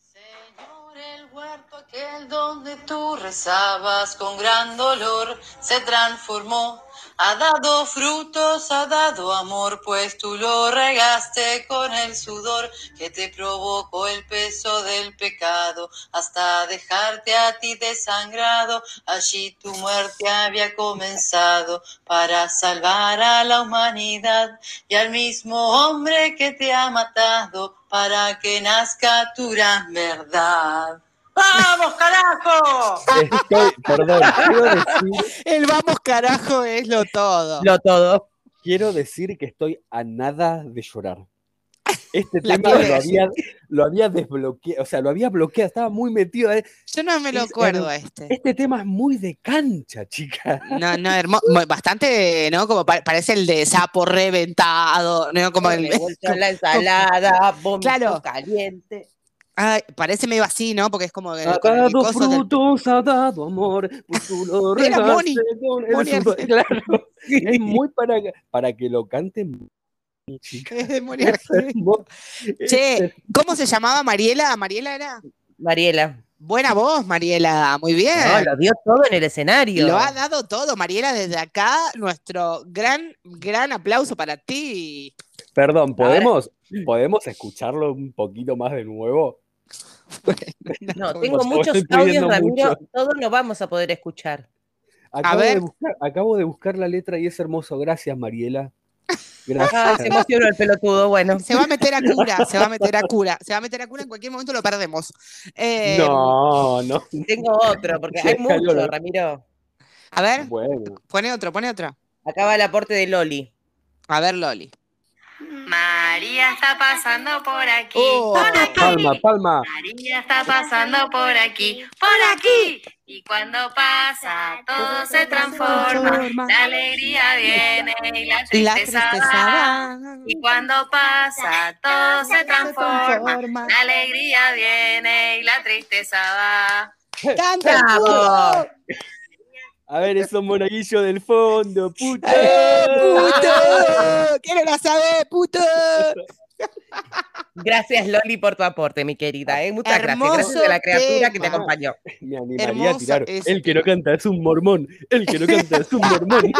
H: Señor, el huerto aquel donde tú rezabas con gran dolor se transformó. Ha dado frutos, ha dado amor, pues tú lo regaste con el sudor que te provocó el peso del pecado, hasta dejarte a ti desangrado. Allí tu muerte había comenzado para salvar a la humanidad y al mismo hombre que te ha matado para que nazca tu gran verdad. ¡Vamos, carajo!
F: Estoy, perdón, quiero decir,
E: El vamos carajo es lo todo.
A: Lo todo.
F: quiero decir que estoy a nada de llorar. Este
E: La
F: tema
E: tiene.
F: lo había, lo había desbloqueado, o sea, lo había bloqueado, estaba muy metido. ¿eh?
E: Yo no me lo
F: Es-
E: acuerdo a este.
F: Este tema es muy de cancha, chica.
E: No, no, hermoso. Bastante, ¿no? Como pa- parece el de sapo reventado, ¿no? Como el.
A: Me gustó la ensalada, vómito
E: Claro.
A: caliente.
E: Ay, parece medio así, ¿no? Porque es como. el-
F: Ha
E: Eh, con el
F: dado
E: coso del-
F: frutos, ha dado amor, pues tú lo
E: Era
F: regaste
E: Moni,
F: con el
E: Moni
F: sudor.
E: Arce.
F: Claro, es muy para, para que lo canten.
E: Es de Moni
F: Es
E: Argenis.
F: hermoso.
E: Che, ¿cómo se llamaba Mariela? ¿Mariela era?
A: Mariela.
E: Buena voz, Mariela. Muy bien.
A: No, lo dio todo en el escenario.
E: Eh. Lo ha dado todo, Mariela, desde acá. Nuestro gran, gran aplauso para ti.
F: Perdón, ¿podemos, ¿podemos escucharlo un poquito más de nuevo?
A: No,
E: Como-
A: tengo
F: vos, vos
A: muchos
F: estoy
A: audios,
F: pidiendo
A: Ramiro,
F: mucho.
A: todos no vamos a poder escuchar.
F: Acabo,
E: ver.
F: De buscar, acabo de buscar la letra y es hermoso. Gracias, Mariela.
A: Ah,
F: Gracias.
A: se emocionó el pelotudo, bueno.
E: Se va a meter a cura, se va a meter a cura, se va a meter a cura, en cualquier momento lo perdemos. Eh,
F: no, no.
A: Tengo otro, porque hay
F: Déjalo,
A: mucho,
F: lo-
A: Ramiro.
E: A ver,
F: Bueno,
E: pone otro, pone otro.
A: Acá va el aporte de Loli.
E: A ver, Loli.
H: María está pasando por aquí.
E: Oh.
H: Por aquí.
F: palma, palma.
H: María está pasando por aquí, por aquí. Y cuando pasa, todo se transforma. La alegría viene y la
E: Y la
H: tristeza va.
E: tristeza va,
H: Y cuando pasa, todo se transforma.
E: transforma.
H: La alegría viene y la tristeza va.
E: ¡Canta!
A: ¡Bravo!
F: A ver, esos monaguillos del fondo, puta.
E: ¡Eh, puto! ¡Quiero la saber, puto!
A: Gracias, Loli, por tu aporte, mi querida. ¿eh? Muchas gracias. Gracias
E: Hermoso
A: a la criatura que te
E: tema.
A: acompañó.
F: Me animaría
E: Hermoso
F: a tirar.
E: es-
F: El que no canta es un mormón. El que no canta es un mormón.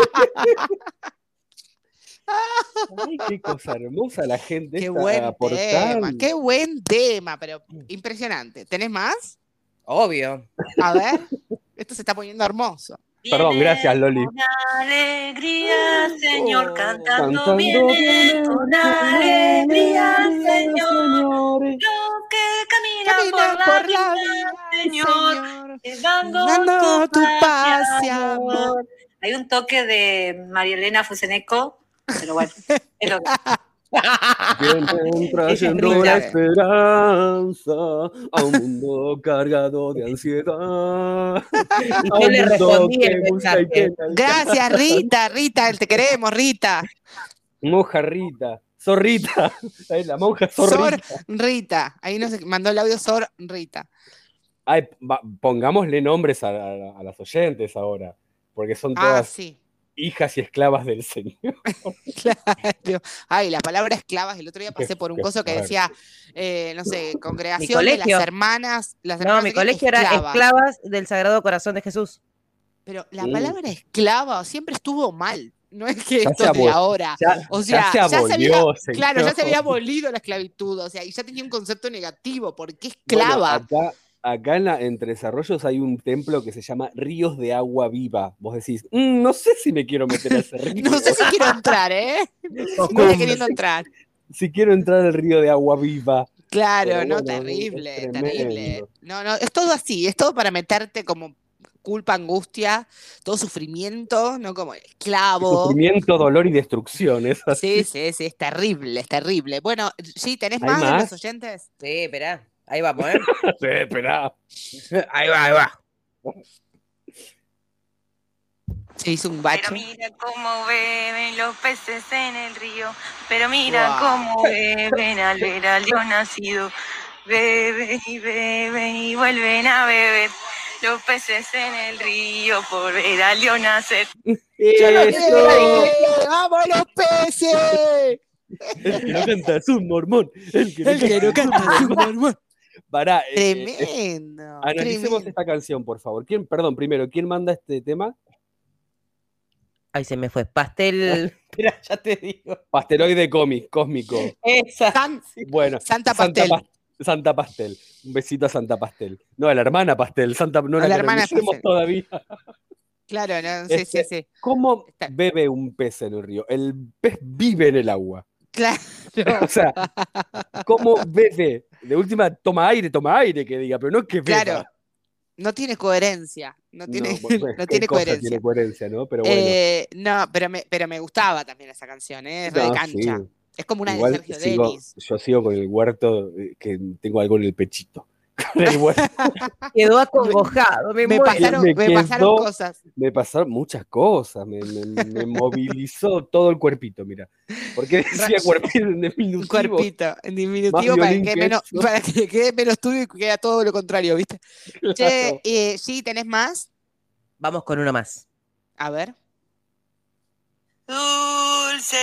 F: Ay, qué cosa hermosa la gente.
E: ¡Qué
F: está
E: buen tema!
F: aportando.
E: ¡Qué buen tema! Pero impresionante. ¿Tenés más?
A: Obvio.
E: A ver. Esto se está poniendo hermoso.
F: Perdón,
H: Viene
F: gracias, Loli.
H: Con alegría, Señor,
E: Oh.
H: cantando, viene con alegría, Señor. Los que caminan
E: Camina
H: por la, vida, Señor, llevando
E: dando
H: tu
E: tu
H: paz
E: paz
H: y
E: y
H: amor.
E: amor.
H: Hay un toque de María Elena Fuseneco, pero bueno, es lo que-
F: Siempre
A: Ella
F: trayendo
A: brilla.
F: la esperanza a un mundo cargado de ansiedad.
A: Y
F: A
A: yo
F: un
A: le
F: mundo
A: respondí el
F: que busca y que
A: mensaje.
E: Gracias, Rita, Rita, te queremos, Rita.
F: Mojarrita, zorrita, Ay, la monja zorrita.
E: Sor Rita. Ahí nos mandó el audio Sor Rita.
F: Ay, va- pongámosle nombres a, a- a las oyentes ahora, porque son
E: Ah,
F: todas
E: sí.
F: hijas y esclavas del Señor.
E: Claro. Ay, la palabra esclavas. El otro día pasé por un
F: qué
E: coso que
F: fuerte.
E: decía, eh, no sé, congregación de las
A: colegio.
E: hermanas. Las
A: No,
E: hermanas
A: mi
E: de qué?
A: colegio era
E: Esclavas.
A: Esclavas del Sagrado Corazón de Jesús.
E: Pero la
F: Mm.
E: palabra esclava siempre estuvo mal. No es que
F: Ya
E: esto
F: se
E: de
F: abol-
E: ahora.
F: Ya,
E: O sea,
F: se
E: ya se había-
F: abolió, Señor.
E: Claro, ya se había abolido la esclavitud, o sea, y ya tenía un concepto negativo, porque
F: Bueno,
E: esclava.
F: acá acá en, la- entre desarrollos hay un templo que se llama Ríos de Agua Viva. Vos decís, "Mm, no sé si me quiero meter a ese río.
E: no sé si quiero entrar, ¿eh? No estoy queriendo entrar.
F: si quiero entrar al río de Agua Viva.
E: Claro,
F: Pero
E: no,
F: bueno, es
E: terrible,
F: tremendo.
E: terrible. No, no, es todo así, es todo para meterte como culpa, angustia, todo sufrimiento, ¿no? Como el esclavo.
F: Sufrimiento, dolor y destrucción. Es
E: Sí,
F: así.
E: sí, sí, es terrible, es terrible. Bueno, sí, ¿tenés
F: ¿Hay
E: más, de
F: más?
E: los oyentes?
A: Sí, esperá. Ahí vamos, ¿eh?
F: Sí, esperá.
A: Ahí va, ahí va.
E: Se hizo un
H: Pero
E: bache.
H: mira cómo beben los peces en el río. Pero mira
E: Guau.
H: cómo beben al ver al Dios nacido. Beben y beben y vuelven a beber los peces en el río por ver al Dios nacer.
F: Eso.
E: ¡Eh, ¡Vamos los peces!
F: El que no canta es un mormón. El que no
E: eh. El que no canta es un mormón.
F: Pará, eh, eh, eh,
E: Tremendo.
F: analicemos
E: tremendo.
F: esta canción, por favor. ¿Quién, perdón, primero, ¿quién manda este tema?
A: Ahí se me fue. Pastel. Espera, ya te digo.
F: Pasteroide cómic, cósmico.
A: Esa.
E: San-
F: Bueno,
E: Santa Pastel.
F: Pas- Santa Pastel. Un besito a Santa Pastel. No, a la hermana Pastel. Santa, no
E: A
F: la,
E: la hermana
F: canonicemos
E: Pastel.
F: todavía.
E: Claro, no, sí, sí,
F: Este-
E: sí.
F: ¿Cómo
E: Está-
F: bebe un pez en el río? El pez vive en el agua.
E: Claro.
F: O sea, ¿cómo bebe? De última, toma aire, toma aire, que diga, pero no que beba.
E: Claro. No tiene coherencia. No tiene,
F: pues,
E: no,
F: qué
E: tiene
F: cosa
E: coherencia.
F: Tiene coherencia, ¿no? Pero bueno.
E: Eh, no, pero me, pero me gustaba también esa canción, ¿eh? Es re de
F: No,
E: cancha.
F: Ah, sí.
E: Es como una
F: Igual
E: de Sergio
F: sigo-
E: Denis.
F: yo sigo con el huerto eh, que tengo algo en el pechito. Con el huerto
A: Quedó acongojado. Me,
E: Me
A: muero.
E: pasaron,
F: me
E: me
F: quedó-
E: pasaron cosas.
F: me pasaron muchas cosas, me, me- me movilizó todo el cuerpito, mira. Porque decía cuerpito en
E: Un
F: diminutivo.
E: cuerpito en diminutivo para que,
F: violín
E: quede
F: que
E: menos,
F: eso.
E: para que quede menos tuyo y queda todo lo contrario, ¿viste?
F: Claro.
E: Che, eh, sí, ¿tenés más?
A: Vamos con una más.
E: A ver.
H: Dulce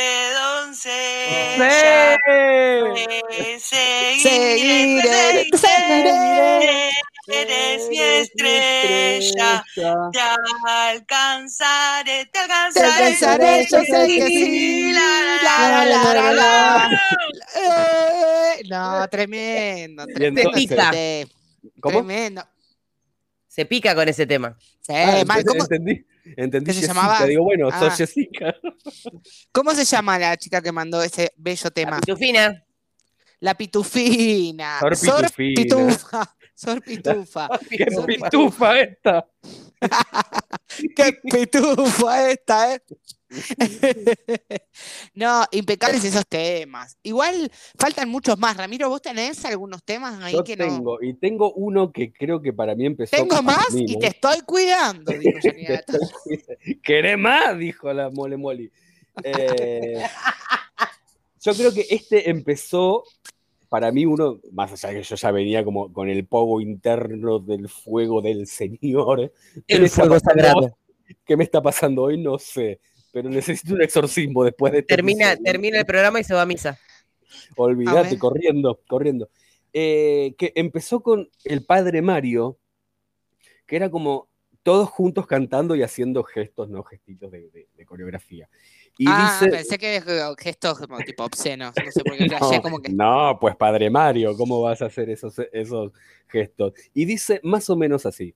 H: doncella,
F: ¡Sí!
H: te
E: Seguiré,
H: seguiré, te
E: seguiré.
H: seguiré, eres mi estrella. Te alcanzaré, te
E: Te
H: alcanzaré.
E: alcanzaré, yo sé que sí. La, la, la, la, la. Eh, no, tremendo.
F: Y
E: Tremendo.
F: entonces-
A: Pica.
E: este,
F: ¿Cómo?
E: Tremendo.
A: Se pica con ese tema.
E: Sí,
F: Ah,
E: Eh, mal,
F: ent-
E: ¿cómo,
F: Entendí, entendí
E: ¿Qué se
F: Jessica,
E: llamaba?
F: Digo, bueno,
E: Ah.
F: sos Jessica.
E: cómo se llama la chica que mandó ese bello tema?
A: Pitufina.
E: La pitufina.
F: Sor
E: Sor
F: Pitufina.
E: pitufa. Sor pitufa.
F: ¡Qué
E: Sor
F: pitufa esta!
E: ¡Qué pitufa esta, eh! no, impecables esos temas. Igual faltan muchos más. Ramiro, ¿vos tenés algunos temas ahí
F: Yo
E: que no?
F: tengo, y tengo uno que creo que para mí empezó.
E: Tengo
F: para
E: más
F: mí,
E: y
F: ¿no?
E: te estoy cuidando, dijo Johnny Depp.
F: ¿Querés más? Dijo la mole moli. Eh, yo creo que este empezó, para mí uno, más allá de que yo ya venía como con el pogo interno del fuego del Señor. ¿Qué me
A: El
F: está
A: fuego
F: pasando
A: sagrado.
F: hoy? ¿Qué me está pasando hoy? No sé. Pero necesito un exorcismo después de este
A: Termina,
F: episodio.
A: termina el programa y se va a misa.
E: A
F: Olvídate,
E: ver.
F: corriendo, corriendo. Eh, que empezó con el padre Mario, que era como todos juntos cantando y haciendo gestos, no gestitos de, de- de coreografía. Y
E: Ah,
F: dice.
E: pensé que eh, gestos como tipo obscenos. No sé por qué flashé
F: No,
E: como que.
F: no, pues padre Mario, ¿cómo vas a hacer esos, esos gestos? Y dice más o menos así.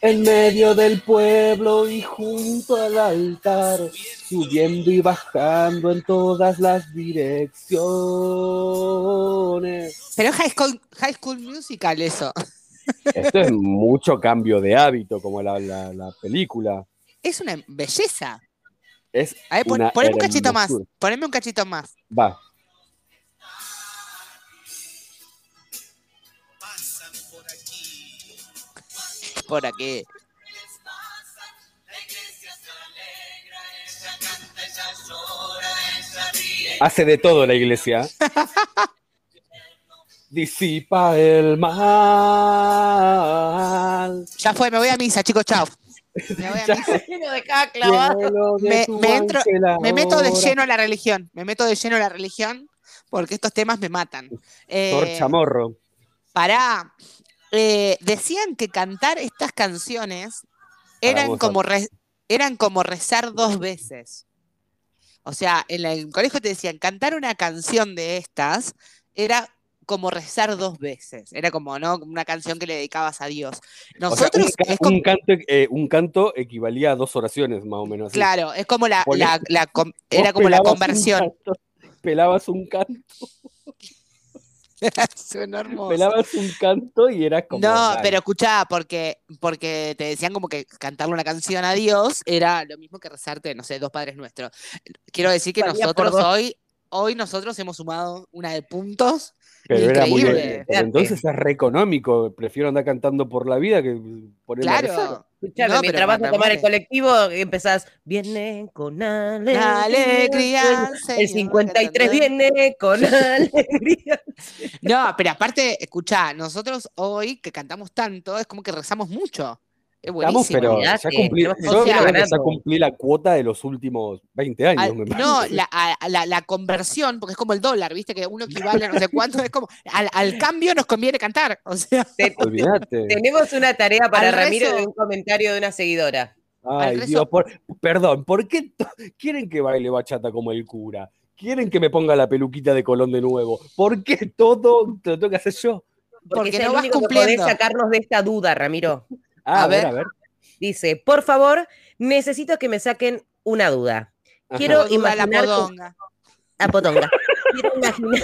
F: En medio del pueblo y junto al altar, subiendo y bajando en todas las direcciones.
E: Pero es high school, high school musical eso.
F: Esto es mucho cambio de hábito, como la, la- la película.
E: Es una belleza.
F: Es
E: A ver, pon-
F: Una
E: poneme un cachito más.
F: hermosura.
E: Poneme un cachito más.
F: Va.
E: Por aquí.
F: Hace de todo la iglesia. Disipa el mal.
E: Ya fue, me voy a misa, chicos, chao. Me voy a misa.
F: Cielo de
E: Me-
F: tu
E: me entro-
F: ángel
E: Me meto de
F: ahora.
E: lleno a la religión, me meto de lleno a la religión porque estos temas me matan. Eh,
F: Torchamorro.
E: pará, eh, decían que cantar estas canciones eran
F: vos,
E: como, re- eran como rezar dos veces. O sea, en la- en el colegio te decían, cantar una canción de estas era como rezar dos veces. Era como, ¿no? Como Una canción que le dedicabas a Dios.
F: O sea, un
E: Nosotros
F: ca-
E: es
F: un,
E: como-
F: canto, eh, un canto equivalía a dos oraciones, más o menos. así.
E: Claro, es como la,
F: Ponle-
E: la- la com-
F: Vos
E: era como la
F: pelabas un
E: conversión.
F: canto, pelabas un canto.
E: Son hermosos.
F: Pelabas un canto y era como.
E: No,
F: dale.
E: pero escuchá, porque, porque te decían como que cantarle una canción a Dios era lo mismo que rezarte, no sé, dos padres nuestros. Quiero decir que
A: Valía por
E: nosotros
A: dos.
E: hoy, hoy nosotros hemos sumado una de puntos.
F: Pero era muy.
E: increíble,
F: Pero
A: fíjate.
F: entonces es re económico. Prefiero andar cantando por la vida que ponerme a rezar.
E: Claro.
A: Escuchame,
E: No,
A: mientras
E: pero
A: vas a tomar el
E: Matamores.
A: colectivo, empezás. Viene con alegría.
E: La alegría.
A: El
E: Señor,
A: 53
E: cantando.
A: viene con alegría.
E: No, pero aparte, escuchá, nosotros hoy que cantamos tanto, es como que rezamos mucho. Es
F: Estamos,
E: buenísimo.
F: pero
A: olvidate,
F: ya cumplí,
A: tenemos que
F: yo
E: seguir
F: creo que
A: ganando.
F: ya cumplí la cuota de los últimos 20 años.
E: Al-
F: me
E: no,
F: parece.
E: la, a- a la- la conversión, porque es como el dólar, viste, que uno equivale a no sé cuánto, es como, al, al cambio nos conviene cantar. O sea,
A: Te-
F: Olvídate.
A: Tenemos una tarea para
E: Al
A: Ramiro
E: rezo.
A: de un comentario de una seguidora.
F: Ay,
E: rezo-
F: Dios, por- perdón, ¿por qué to- quieren que baile bachata como el cura? ¿Quieren que me ponga la peluquita de Colón de nuevo? ¿Por qué todo te lo tengo que hacer yo?
E: Porque
A: Porque, es
E: no
A: el
E: vas
A: único que podés
E: cumpliendo.
A: sacarnos de esta duda, Ramiro.
F: Ah,
E: A
F: a ver,
E: ver.
F: a ver.
A: Dice, por favor, necesito que me saquen una duda.
F: Ajá.
A: Quiero
E: como duda la
A: imaginar que-
E: podonga.
A: A Potonga. Quiero imaginar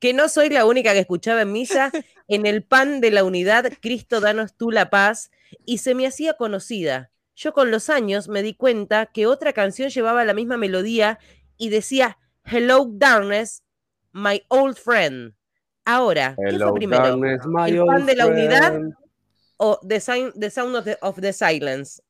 A: que no soy la única que escuchaba en misa en el pan de la unidad, Cristo danos tú la paz, y se me hacía conocida. Yo con los años me di cuenta que otra canción llevaba la misma melodía y decía Hello Darkness, my old friend. Ahora, ¿qué fue primero?
F: darkness, my
A: ¿El
F: old
A: pan de la unidad?
F: friend.
A: o The, Sign- The Sound of the, of the Silence,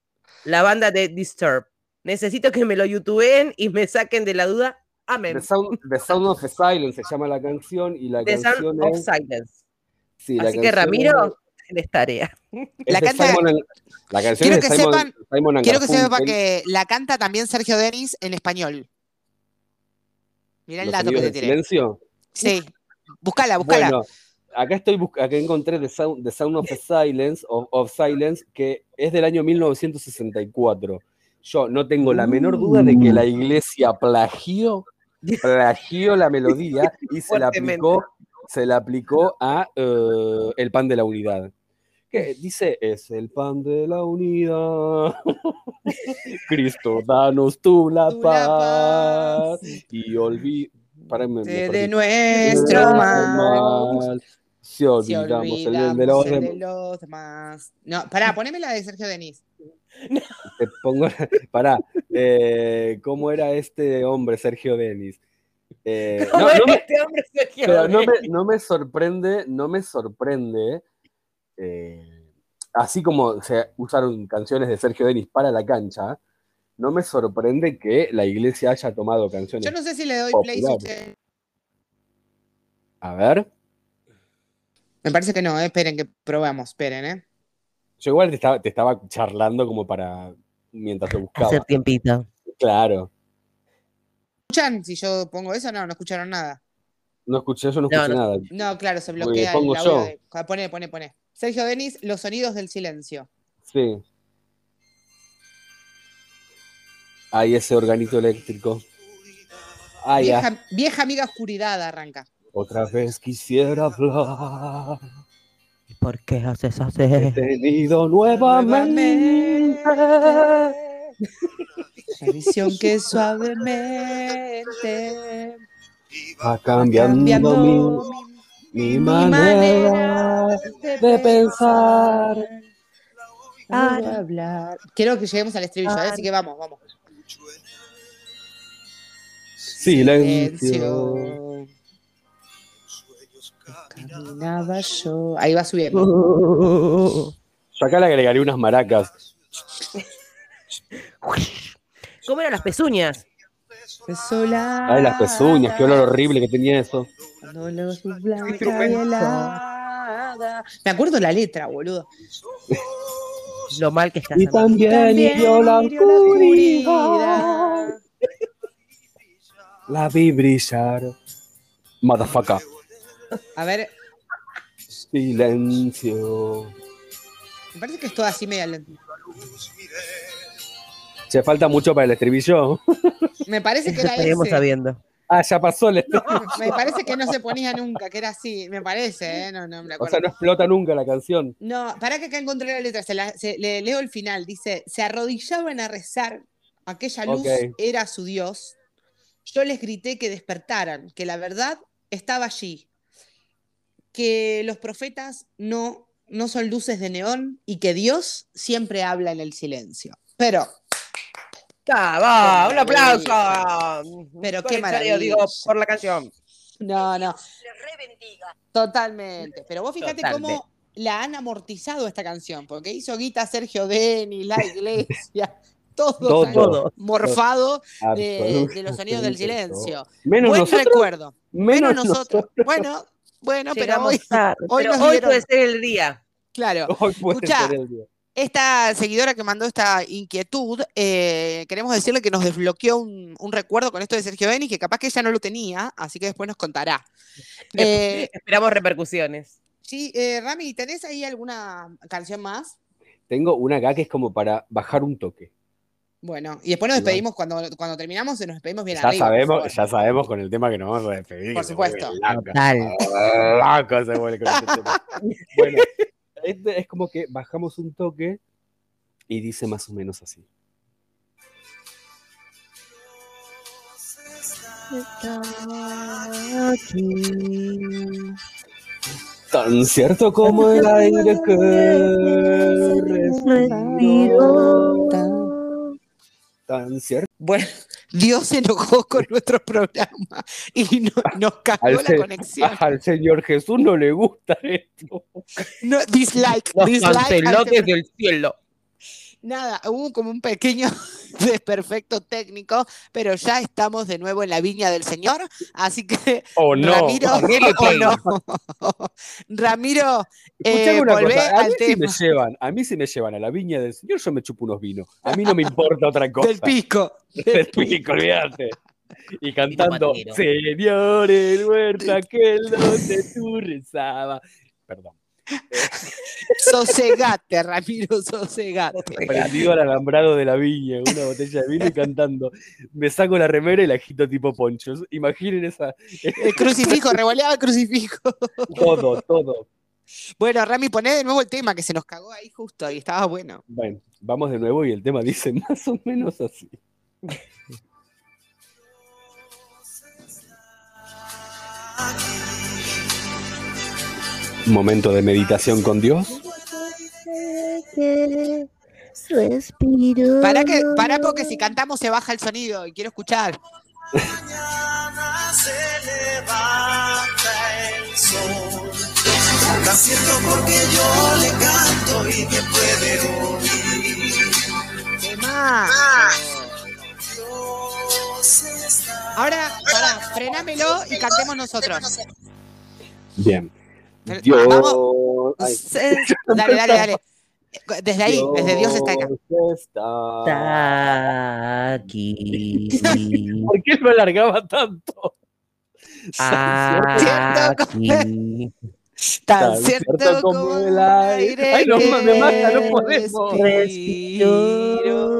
A: la banda de Disturb. Necesito que me lo youtubeen y me saquen de la duda. Amén.
F: The sound, The Sound of the Silence se llama la canción y la
A: The
F: canción
A: Sound of
F: es,
A: Silence.
F: sí, la
A: Así que
F: canción
A: Ramiro, les tarea.
F: es
E: La
F: de
E: canta-
F: Simon and- la canción
E: Quiero
F: es de
E: que
F: Simon,
E: sepan-
F: Simon and
E: Quiero que sepa
F: Garfunkel,
E: que la canta también Sergio Denis en español. Mirá el
F: Los
E: dato que te
F: Sonidos del
E: tiré.
F: silencio.
E: Sí. Buscala, buscala.
F: Bueno, acá estoy busc- acá encontré The Sound, The Sound of the Silence, of, of Silence, que es del año 1964. Yo no tengo la menor duda de que
E: Uh.
F: la iglesia plagió, plagió la melodía y se la
A: Fuertemente.
F: aplicó, se la aplicó a eh, El pan de la unidad. Que dice, es el pan de la unidad. Cristo, danos tú la
E: Tú la
F: paz. Y olví. pará, me- me
E: De,
F: perdí.
E: nuestro
F: Nuestro
E: mal.
F: mal. Si
E: Si
F: olvidamos,
E: olvidamos
F: el bien de los
E: el
F: dem-
E: de los demás. No, pará, poneme la de Sergio Denis.
F: Te pongo. Pará. eh, ¿Cómo era este hombre, Sergio Denis? Eh, no,
A: ¿Cómo es
F: no me,
A: este hombre, Sergio?
F: pero no me, no me sorprende, no me sorprende. eh, así como se usaron canciones de Sergio Denis para la cancha, no me sorprende que la iglesia haya tomado canciones.
E: Yo no sé si le doy play. si
F: Popular.
E: usted-
F: A ver.
E: Me parece que no, eh, esperen que probamos, esperen, ¿eh?
F: Yo igual te estaba, te estaba charlando como para. mientras te
A: Hacer
F: buscaba.
A: tiempito.
F: Claro.
E: ¿Escuchan si yo pongo eso? No, no escucharon nada.
F: No escuché, yo no
A: No,
F: escuché
A: no.
F: nada.
E: No, claro, se
F: Porque
E: bloquea
F: pongo
E: el audio.
F: yo.
E: de- Ah, Poné, poné, poné. Sergio Denis, los sonidos del silencio.
F: Sí. Ay, ese organito eléctrico. Ay, ah,
E: Vieja, vieja amiga oscuridad arranca.
F: otra vez quisiera hablar.
A: ¿Y por qué haces
F: He
A: hacer?
F: tenido nuevamente.
E: La visión que suavemente
F: Va cambiando mi, mi manera de pensar.
E: a hablar. Quiero que lleguemos al estribillo, ¿eh? así que vamos, vamos.
F: Silencio.
E: Caminaba yo. Ahí va subiendo.
F: Yo acá le agregaré unas maracas.
A: ¿Cómo eran las pezuñas?
E: Sola.
F: Ay, las pezuñas, qué olor horrible que tenía eso.
E: Cuando la luz blanca y helada. Me acuerdo la letra, boludo.
A: Lo mal que estás.
F: Y
A: Andrés.
F: también hirió la oscuridad.
E: oscuridad.
F: La vi brillar. Motherfucker.
E: A ver,
F: Silencio.
E: me parece que es toda así media lenta.
F: Se falta mucho para el estribillo.
E: Me parece que
A: Eso
E: era
A: estaríamos
E: ese.
A: sabiendo.
F: Ah, ya pasó el estribillo.
E: Me parece que no se ponía nunca, que era así. Me parece, ¿eh? No, no, me
F: O
E: acuerdo.
F: sea, no explota nunca la canción.
E: No, para que acá encontré la letra, se la- se- le leo el final, dice, se arrodillaban a rezar, aquella luz
F: Ok.
E: era su Dios, yo les grité que despertaran, que la verdad
I: estaba allí. Que los profetas no, no son luces de neón y que Dios siempre habla en el silencio. Pero,
A: Ah, va, un aplauso.
I: Pero
A: Con
I: qué
A: el
I: maravilla.
A: choreo, digo, por la canción.
I: no, no,
H: Les rebendiga.
I: totalmente. Pero vos fíjate
A: Totalmente.
I: cómo la han amortizado esta canción, porque hizo guita Sergio Denis, la iglesia, todos
F: Todo,
I: han
A: todo.
I: morfado
E: Eh,
I: de,
F: Absolutamente
I: de los sonidos del
F: todo.
I: silencio.
F: Menos
I: Buen
F: nosotros,
I: recuerdo.
F: menos,
I: Menos nosotros. Bueno, bueno, pero
A: Llegamos
I: hoy,
A: tarde,
I: hoy
A: pero
I: nos
A: hoy
I: dieron-
A: puede ser el día.
I: claro.
F: Hoy puede
I: Escuchá.
F: ser el día.
E: Esta seguidora que mandó esta inquietud, eh, queremos decirle que nos desbloqueó un, un recuerdo con esto de Sergio Denis, que capaz que ella no lo tenía, así que después nos contará. Eh,
A: Esperamos repercusiones.
E: sí, eh, Rami, ¿tenés ahí alguna canción más?
F: Tengo una acá que es como para bajar un toque.
E: Bueno, y después nos
F: Igual.
E: despedimos cuando, cuando terminamos, nos despedimos bien
F: ya
E: arriba, por favor.
F: sabemos, ya sabemos con el tema que nos vamos a despedir.
E: Por
F: que se vuelve
E: supuesto.
F: loco.
J: Tal.
F: Loco se vuelve con este tema. Bueno, este es como que bajamos un toque y dice más o menos así. Tan cierto como el aire que respiro. Tan cierto.
E: Bueno, Dios se enojó con nuestro programa y no- nos cagó
F: Al
E: la
F: ser-
E: conexión.
F: Al Señor Jesús no le gusta esto.
E: No, dislike,
A: Los
E: dislike. al
A: cancelotes del cielo.
E: Nada, hubo como un pequeño desperfecto técnico, pero ya estamos de nuevo en la viña del señor, así que
F: O no.
E: Ramiro, o no. Ramiro,
F: Escuchame
E: eh,
F: una
E: volvé
F: cosa, a
E: al
F: mí si me
E: tema.
F: llevan, a mí si me llevan a la viña del señor, yo me chupo unos vinos. A mí no me importa otra cosa.
E: del pico.
F: Del pico, olvídate. Y cantando,
A: Vino
F: Señor, el huerto aquel donde tú rezabas. Perdón.
E: Sosegate, Ramiro, sosegate.
F: Prendido al alambrado de la viña, una botella de vino y cantando. Me saco la remera y la agito tipo ponchos. Imaginen esa.
E: El crucifijo, revoleaba el crucifijo.
F: Todo, todo.
E: Bueno, Rami, poné de nuevo el tema que se nos cagó ahí justo y estaba bueno.
F: Bueno, vamos de nuevo y el tema dice más o menos así. Momento de meditación con Dios.
E: Pará, que, pará porque si cantamos se baja el sonido y quiero escuchar.
G: mañana se levanta el sol. La siento porque yo le canto y me puede oír.
E: Tema.
G: Dios está.
E: Ahora, pará, frenámelo y cantemos nosotros.
F: Bien.
E: Pero-
F: Dios. ay,
E: Se- Dale, dale, dale. Desde ahí, desde Dios está acá.
F: está-
A: Está aquí.
F: ¿Por qué lo alargaba tanto? Ah,
A: aquí.
E: Tan Ah, cierto como el aire.
F: Ay, no,
E: que
F: me mata, no podemos.
E: respiro.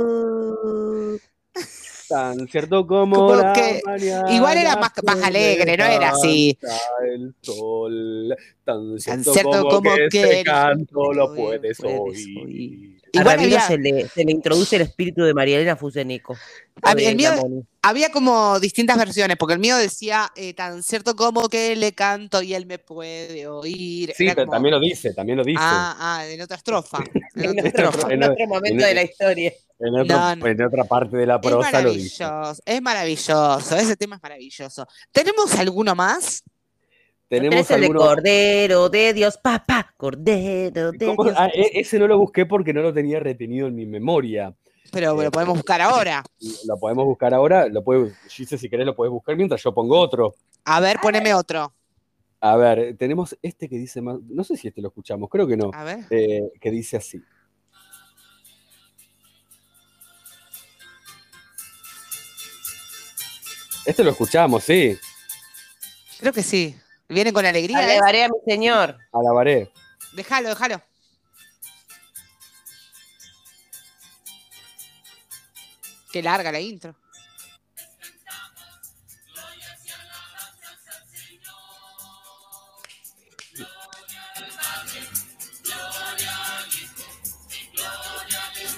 F: Tan cierto como,
E: Como
F: la
E: que-
F: mañana
E: igual era más- más
F: se
E: alegre, no era así.
F: levanta El sol, tan cierto,
E: cierto
F: como,
E: como
F: que,
E: que
F: este
E: eres-
F: canto lo
E: lo
F: puedes,
E: puedes
F: oír.
E: oír.
A: A
E: Igual
A: Ramiro
E: había-
A: se, le, se le introduce el espíritu de María Elena Fusenico.
E: A mí el mío- Había como distintas versiones, porque el mío decía, eh, tan cierto como que le canto y él me puede oír.
F: Sí,
E: Era
F: pero
E: como-
F: también lo dice, también lo dice.
E: Ah, ah, en otra estrofa.
A: En
E: En otra
A: otro,
E: estrofa.
A: en otro momento de la historia.
F: en, otro-
E: no, no.
F: en otra parte de la
E: Es
F: prosa lo dice.
E: maravilloso, es maravilloso, ese tema es maravilloso. ¿Tenemos alguno más?
F: Tenemos
A: Tres, el de
F: algunos-
A: Cordero de Dios, papá, Cordero de
F: ¿Cómo?
A: Dios.
F: Ah, e- ese no lo busqué porque no lo tenía retenido en mi memoria.
E: Pero
F: Eh,
E: lo podemos buscar ahora.
F: Lo podemos buscar ahora. Lo puede, Gise, si querés, lo podés buscar mientras yo pongo otro.
E: A ver, poneme otro.
F: A ver, tenemos este que dice más. No sé si este lo escuchamos, creo que no.
E: A ver.
F: eh, que dice así. Este lo escuchamos, sí.
E: Creo que sí. Vienen con alegría. ¿eh?
A: Alabaré a mi Señor.
F: Alabaré.
E: Déjalo, déjalo. Qué larga la intro.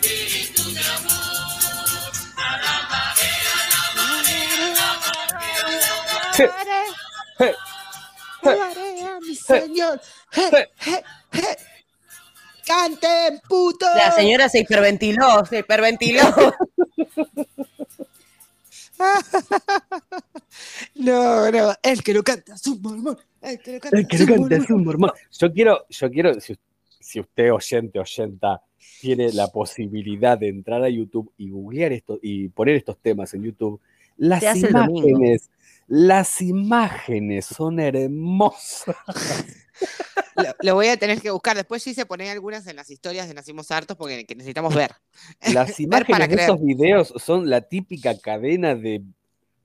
F: Je, je,
E: Alabaré a mi señor. Je, je, je. Canten, puto.
A: La señora se hiperventiló, se hiperventiló.
E: No, no, el que lo canta es un mormón. El que lo canta,
F: El Eh, que
E: es un
F: canta es
E: mormón.
F: un mormón. Yo quiero, yo quiero, si, si usted oyente, oyenta, tiene la posibilidad de entrar a YouTube y googlear esto y poner estos temas en YouTube, las
A: Se hace el domingo.
F: imágenes, las imágenes son hermosas.
E: Lo, lo voy a tener que buscar. Después sí se ponen algunas en las historias de Nacimos Hartos porque que necesitamos ver.
F: Las
E: Ver para
F: imágenes de
E: creer.
F: esos videos son la típica cadena de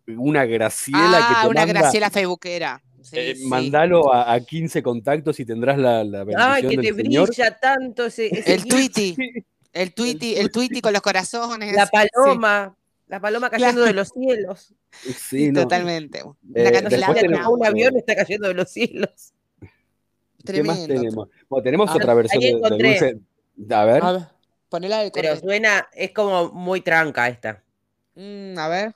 F: una Graciela
E: ah,
F: que te
E: una
F: manda,
E: Graciela Facebookera. Sí,
F: eh,
E: sí.
F: mandalo a, a 15 contactos y tendrás la, la bendición
A: Ay, que
F: del
A: te
F: Señor.
A: brilla tanto ese, ese
E: El Twitty. El Twitty, el Twitty con los corazones.
A: la
E: Sí,
A: paloma, la paloma cayendo de los cielos.
F: Sí, no.
E: Totalmente.
F: Eh,
E: Una
A: No
E: cantidad
A: sé si
F: después
E: de
F: tenemos-
A: atajó un
E: nada.
A: avión está cayendo de los cielos.
F: ¿Qué más
E: Tremendo.
F: tenemos? Bueno, tenemos
E: Ah,
F: otra versión
A: ahí
F: de, de
A: encontré.
F: Dulce. A ver,
E: A ver, ponela del
A: Pero
E: corte.
A: suena, es como muy tranca esta.
E: Mm, a ver.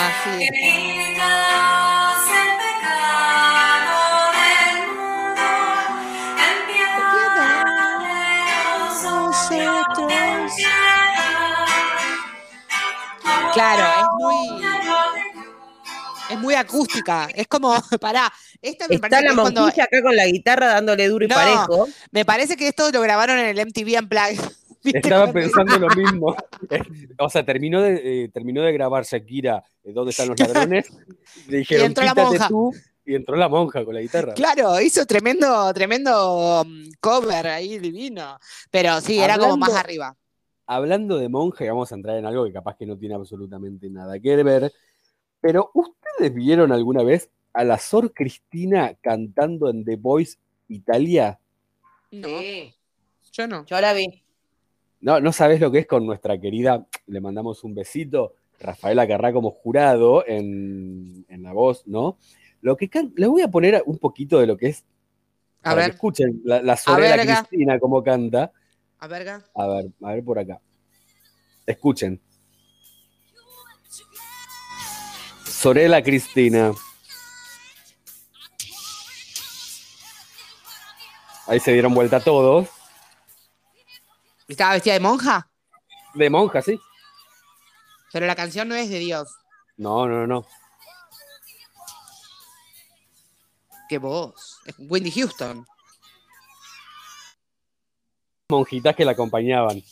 E: Ah, sí.
G: Quitas el pecado del mundo, empieza
E: nosotros.
G: nosotros en piedad.
E: Claro, es muy, es muy acústica. Es como, pará, esta me
A: Está
E: parece
A: la
E: que es cuando-
A: monjilla acá con la guitarra dándole duro y
E: No.
A: parejo.
E: me parece que esto lo grabaron en el MTV Unplugged. ¿Viste?
F: estaba
E: Cuando-
F: pensando lo mismo. Eh, O sea, terminó de, eh, terminó de grabar Shakira eh, ¿Dónde están los ladrones? Le dijeron,
E: entró la
F: "Quítate
E: monja".
F: tú. Y entró la monja con la guitarra.
E: Claro, hizo tremendo, tremendo mm, cover ahí divino. Pero sí, era como más
F: Hablando-
E: arriba.
F: Hablando de monja, y vamos a entrar en algo que capaz que no tiene absolutamente nada que ver. Pero, ¿ustedes vieron alguna vez a la Sor Cristina cantando en The Voice Italia?
E: No, yo no.
A: Yo la vi.
F: No, no sabes lo que es con nuestra querida, le mandamos un besito, Rafaela Carrá como jurado en, en la voz, ¿no? Lo que can- le voy a poner un poquito de lo que es,
E: A
F: para que
E: ver,
F: escuchen la, la sorera
E: ver acá.
F: Cristina como canta.
E: a verga.
F: A ver, a ver por acá. Escuchen. Sorela Cristina. Ahí se dieron vuelta todos.
E: ¿Estaba vestida de monja?
F: De monja, ¿sí?
E: Pero la canción no es de Dios.
F: No, no, no.
E: Qué voz. Es Wendy Houston.
F: Monjitas que la acompañaban.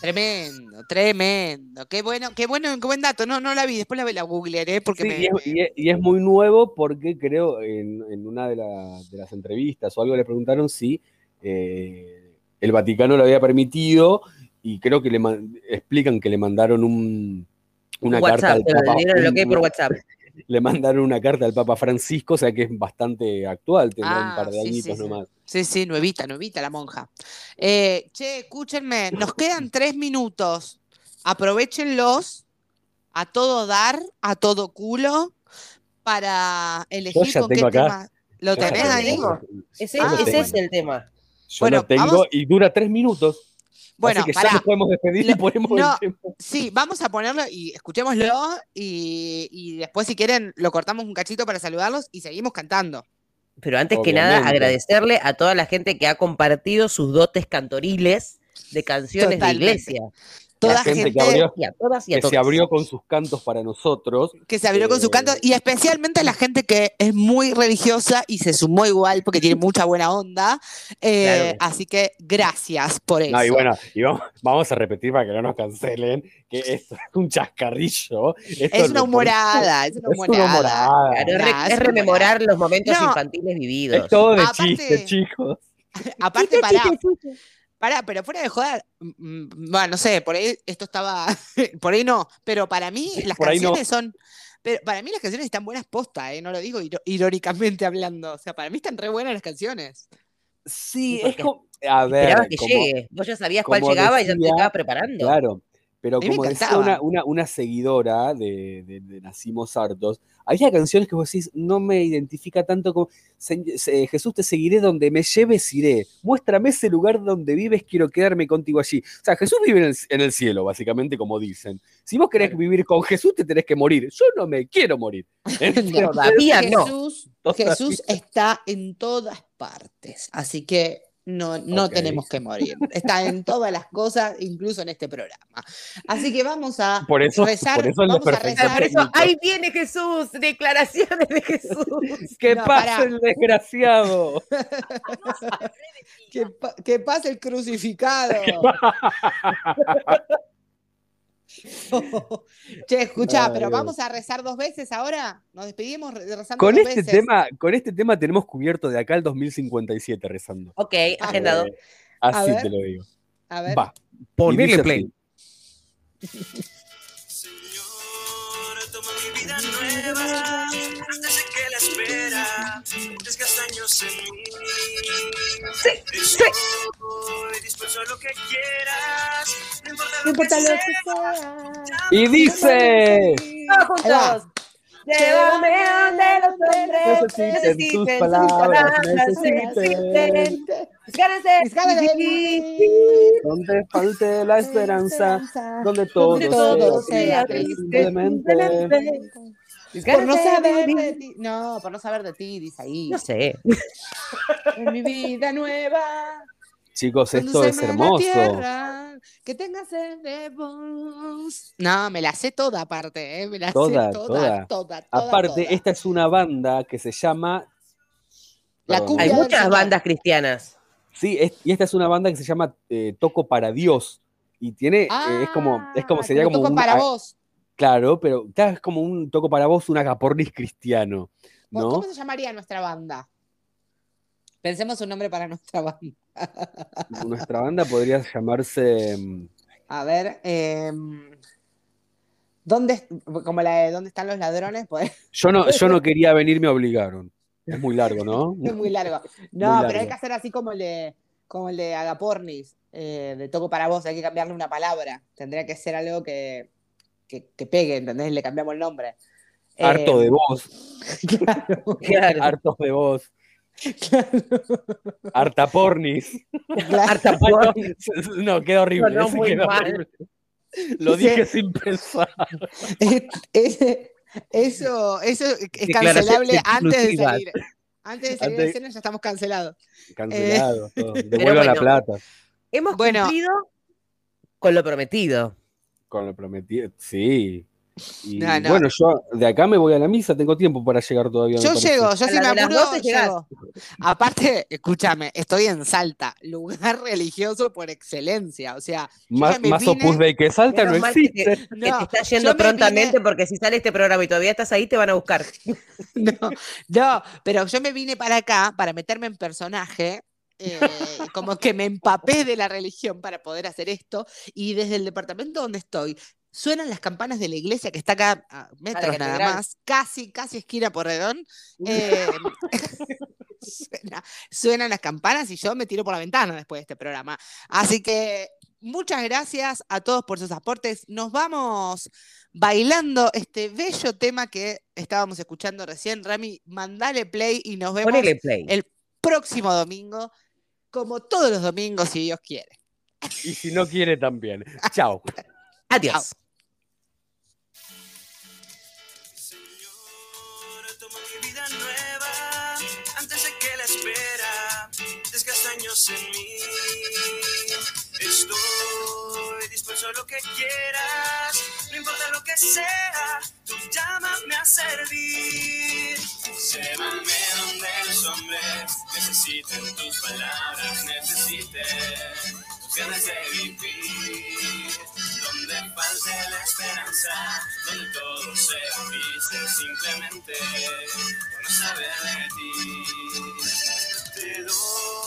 E: Tremendo, tremendo. Qué bueno, qué bueno, qué buen dato. No, no la vi, después la, la googlearé porque
F: Sí,
E: me.
F: y, es, y es- y es muy nuevo porque creo en, en una de, la- de las entrevistas o algo le preguntaron si eh, el Vaticano lo había permitido y creo que le man- explican que le mandaron un, una
A: WhatsApp,
F: carta al
A: te lo
F: Papa.
A: dieron el
F: un-
A: ok por WhatsApp.
F: Le mandaron una carta al Papa Francisco, o sea que es bastante actual, tendrá
E: Ah,
F: un par de
E: sí,
F: añitos
E: sí, sí.
F: nomás.
E: Sí, sí, nuevita, nuevita la monja. Eh, che, escúchenme, nos quedan tres minutos. Aprovechenlos a todo dar, a todo culo, para elegir
F: ya
E: con
F: tengo
E: qué
F: acá.
E: tema. ¿Lo
F: Yo ya
E: tenés
F: tengo,
E: ahí?
F: yo-
A: Ese,
E: Ah,
A: ese
F: bueno.
A: es el tema.
F: Yo
E: Bueno,
F: lo tengo
E: vamos-
F: y dura tres minutos.
E: Bueno,
F: así que
E: pará.
F: ya nos podemos despedir y
E: Lo-
F: ponemos
E: no.
F: el tema.
E: Sí, vamos a ponerlo y escuchémoslo y, y después si quieren lo cortamos un cachito para saludarlos y seguimos cantando.
A: Pero antes que nada,
F: Obviamente.
A: agradecerle a toda la gente que ha compartido sus dotes cantoriles de canciones
E: Totalmente.
A: de iglesia.
E: Toda
F: La gente
E: gente
F: que abrió-
A: Y a todas y a
F: Que se
A: todos.
F: abrió con sus cantos para nosotros.
E: que se abrió con su canto
F: Eh.
E: y especialmente la gente que es muy religiosa y se sumó igual porque tiene mucha buena onda. Eh,
A: Claro.
E: Así que gracias por eso.
F: No, y bueno, y vamos, vamos a repetir para que no nos cancelen, que esto es un chascarrillo. Esto
E: es
F: lo-
E: una humorada, es una
F: Es una
E: humorada.
F: humorada.
A: Claro, es re-
E: Nah,
A: es
E: es una
A: rememorar los momentos
E: No.
A: infantiles vividos.
F: Es todo de
E: Ah, Aparte-
F: chiste, chicos.
E: Aparte, pará, pará, pero fuera de joder, bueno, no sé, por ahí esto estaba, por ahí no, pero para mí las
F: por ahí no.
E: canciones son, pero para mí las canciones están buenas posta, eh, no lo digo iro- irónicamente hablando, o sea, para mí están re buenas las canciones.
F: Sí,
A: ¿Y por
F: es
A: qué?
F: como. A ver,
A: Esperabas que
F: como-
A: llegue. Vos ya sabías cuál
F: como
A: llegaba y ya te
F: decía-
A: estabas preparando.
F: claro. Pero
E: mí me
F: como decía
E: encantaba.
F: una, una- una seguidora de, de- de Nacimos Hartos, había canciones que vos decís, no me identifica tanto como "Señ- se- Jesús, te seguiré donde me lleves, iré. Muéstrame ese lugar donde vives, quiero quedarme contigo allí. O sea, Jesús vive en el, en el cielo, básicamente, como dicen. Si vos querés vivir con Jesús, te tenés que morir. Yo no me quiero morir.
A: Todavía no.
I: Jesús,
F: Entonces,
I: Jesús está en todas partes, así que no, no
F: Ok.
I: tenemos que morir. Está en todas las cosas, incluso en este programa. Así que vamos a
F: Por eso,
I: rezar.
F: por eso es la
I: vamos a rezar.
F: perfección.
A: Por eso, ahí viene Jesús, declaraciones de Jesús.
F: ¡Que
I: No,
F: pase
I: pará.
F: el desgraciado!
I: Que, pa- que pase el crucificado. che, escucha,
F: Ay,
I: pero
F: Dios.
I: vamos a rezar dos veces ahora. Nos despedimos re- rezando
F: Con
I: dos
F: este,
I: veces.
F: tema, con este tema tenemos cubierto de acá al 2057 rezando.
A: Ok, agendado.
F: Eh, así
I: Ah, A ver.
F: te lo digo.
I: A ver.
F: Va. Y
K: Ponele
F: dice
K: play.
F: así.
G: Señor, toma mi vida nueva, hasta sé que la espera, desgasta años en mí. Estoy dispuesto a lo que quieras, no importa lo,
I: No importa
G: que,
I: lo
G: sea,
I: que sea.
F: Y dice.
A: Vamos juntos. Llévame donde los hombres
F: Necesiten tus
A: necesiten
F: palabras, necesiten
A: necesiten sus ganas de
I: Mis ganas de
A: vivir.
I: vivir,
F: Donde falte la esperanza, donde todo,
A: donde todo
F: sea
A: sea
F: triste,
A: triste,
F: simplemente.
A: simplemente. Mis
I: Por
A: ganas
I: no
A: de
I: saber
A: vivir.
I: de ti. No, por no saber de ti, dice ahí.
A: No sé.
I: En mi vida nueva.
F: Chicos, Pues esto
I: Conduceme
F: es
I: a la
F: hermoso.
I: tierra que tengas sed de vos. No, me la sé toda aparte, ¿eh? Me la
F: Toda,
I: sé toda,
F: toda.
I: toda, toda,
F: Aparte,
I: toda.
F: esta es una banda que se llama.
I: La
F: Perdón.
I: cumbia
A: Hay
I: del
A: muchas
I: Señor.
A: bandas cristianas.
F: Sí, es- y esta es una banda que se llama eh, Toco para Dios. Y tiene, eh, es como, es como
I: Ah,
F: sería como,
I: toco
F: un-
I: para
F: ah,
I: vos.
F: Claro, pero claro, es como un toco para vos, un agapornis cristiano,
I: ¿Vos
F: ¿no?
I: ¿Cómo se llamaría nuestra banda? Pensemos un nombre para nuestra banda.
F: Nuestra banda podría llamarse mm,
I: A ver, em, ¿dónde, est- como la de ¿Dónde están los ladrones? Pues
F: Yo no, yo no quería venir, me obligaron. Es muy largo, ¿no?
I: es muy largo. No,
F: largo.
I: pero hay que hacer así como el de, como el de Agapornis, eh, de Toco para vos, hay que cambiarle una palabra. Tendría que ser algo que, que, que pegue, ¿entendés? Le cambiamos el nombre. Eh,
F: Harto de vos,
I: Claro,
A: Claro.
F: harto de vos,
I: claro,
F: harta pornis.
I: Eh, claro.
A: Harta por-
F: No, queda horrible.
A: Sonó
F: ese
A: muy
F: queda
A: mal.
F: horrible. Lo
I: Dice-
F: dije sin pensar.
I: Es- es- eso, eso es
K: Declaraciones
I: cancelable antes de
K: exclusivas.
I: salir. Antes de salir de
F: Antes-
I: escena ya estamos cancelados.
F: Cancelado. todo. Devuelvan la
A: bueno.
F: plata.
A: Hemos
I: Bueno.
A: cumplido con lo prometido.
F: Con lo prometido. Sí. Y
E: No, no.
F: Bueno, yo de acá me voy a la misa, tengo tiempo para llegar todavía. me
E: Yo
F: parece.
E: llego, yo
A: A
E: si
A: la
E: me
A: de las
E: apuro,
A: 12 llegás.
E: llego. Aparte, escúchame, estoy en Salta, lugar religioso por excelencia. O sea,
F: Más,
E: ya me
F: más
E: vine.
F: Opus Dei que Salta no
A: Menos mal que te-
F: existe.
A: que
E: No,
A: te está
E: yo
A: yendo
E: me
A: prontamente porque si sale este programa y todavía estás ahí, te van a buscar.
E: No, no, pero yo me vine para acá para meterme en personaje, eh, como que me empapé de la religión para poder hacer esto, y desde el departamento donde estoy, suenan las campanas de la iglesia que está acá a metros
A: la
E: nada
A: catedral.
E: más, casi, casi esquina Porredón.
A: Uh.
E: eh, suena- suenan las campanas y yo me tiro por la ventana después de este programa. Así que muchas gracias a todos por sus aportes. Nos vamos bailando este bello tema que estábamos escuchando recién. Rami, mandale play y nos vemos
A: Ponele play.
E: el próximo domingo, como todos los domingos, si Dios quiere.
F: Y si no quiere también. Chao.
A: Adiós.
G: Señor, toma mi vida nueva, antes de que la espera desgasta años en mí. Estoy dispuesto a lo que quieras, no importa lo que sea, tú llámame a servir. Llévame donde los hombres necesiten tus palabras, necesiten tus ganas de vivir. Donde falte la esperanza, donde todo sea triste simplemente por no saber de ti. Te doy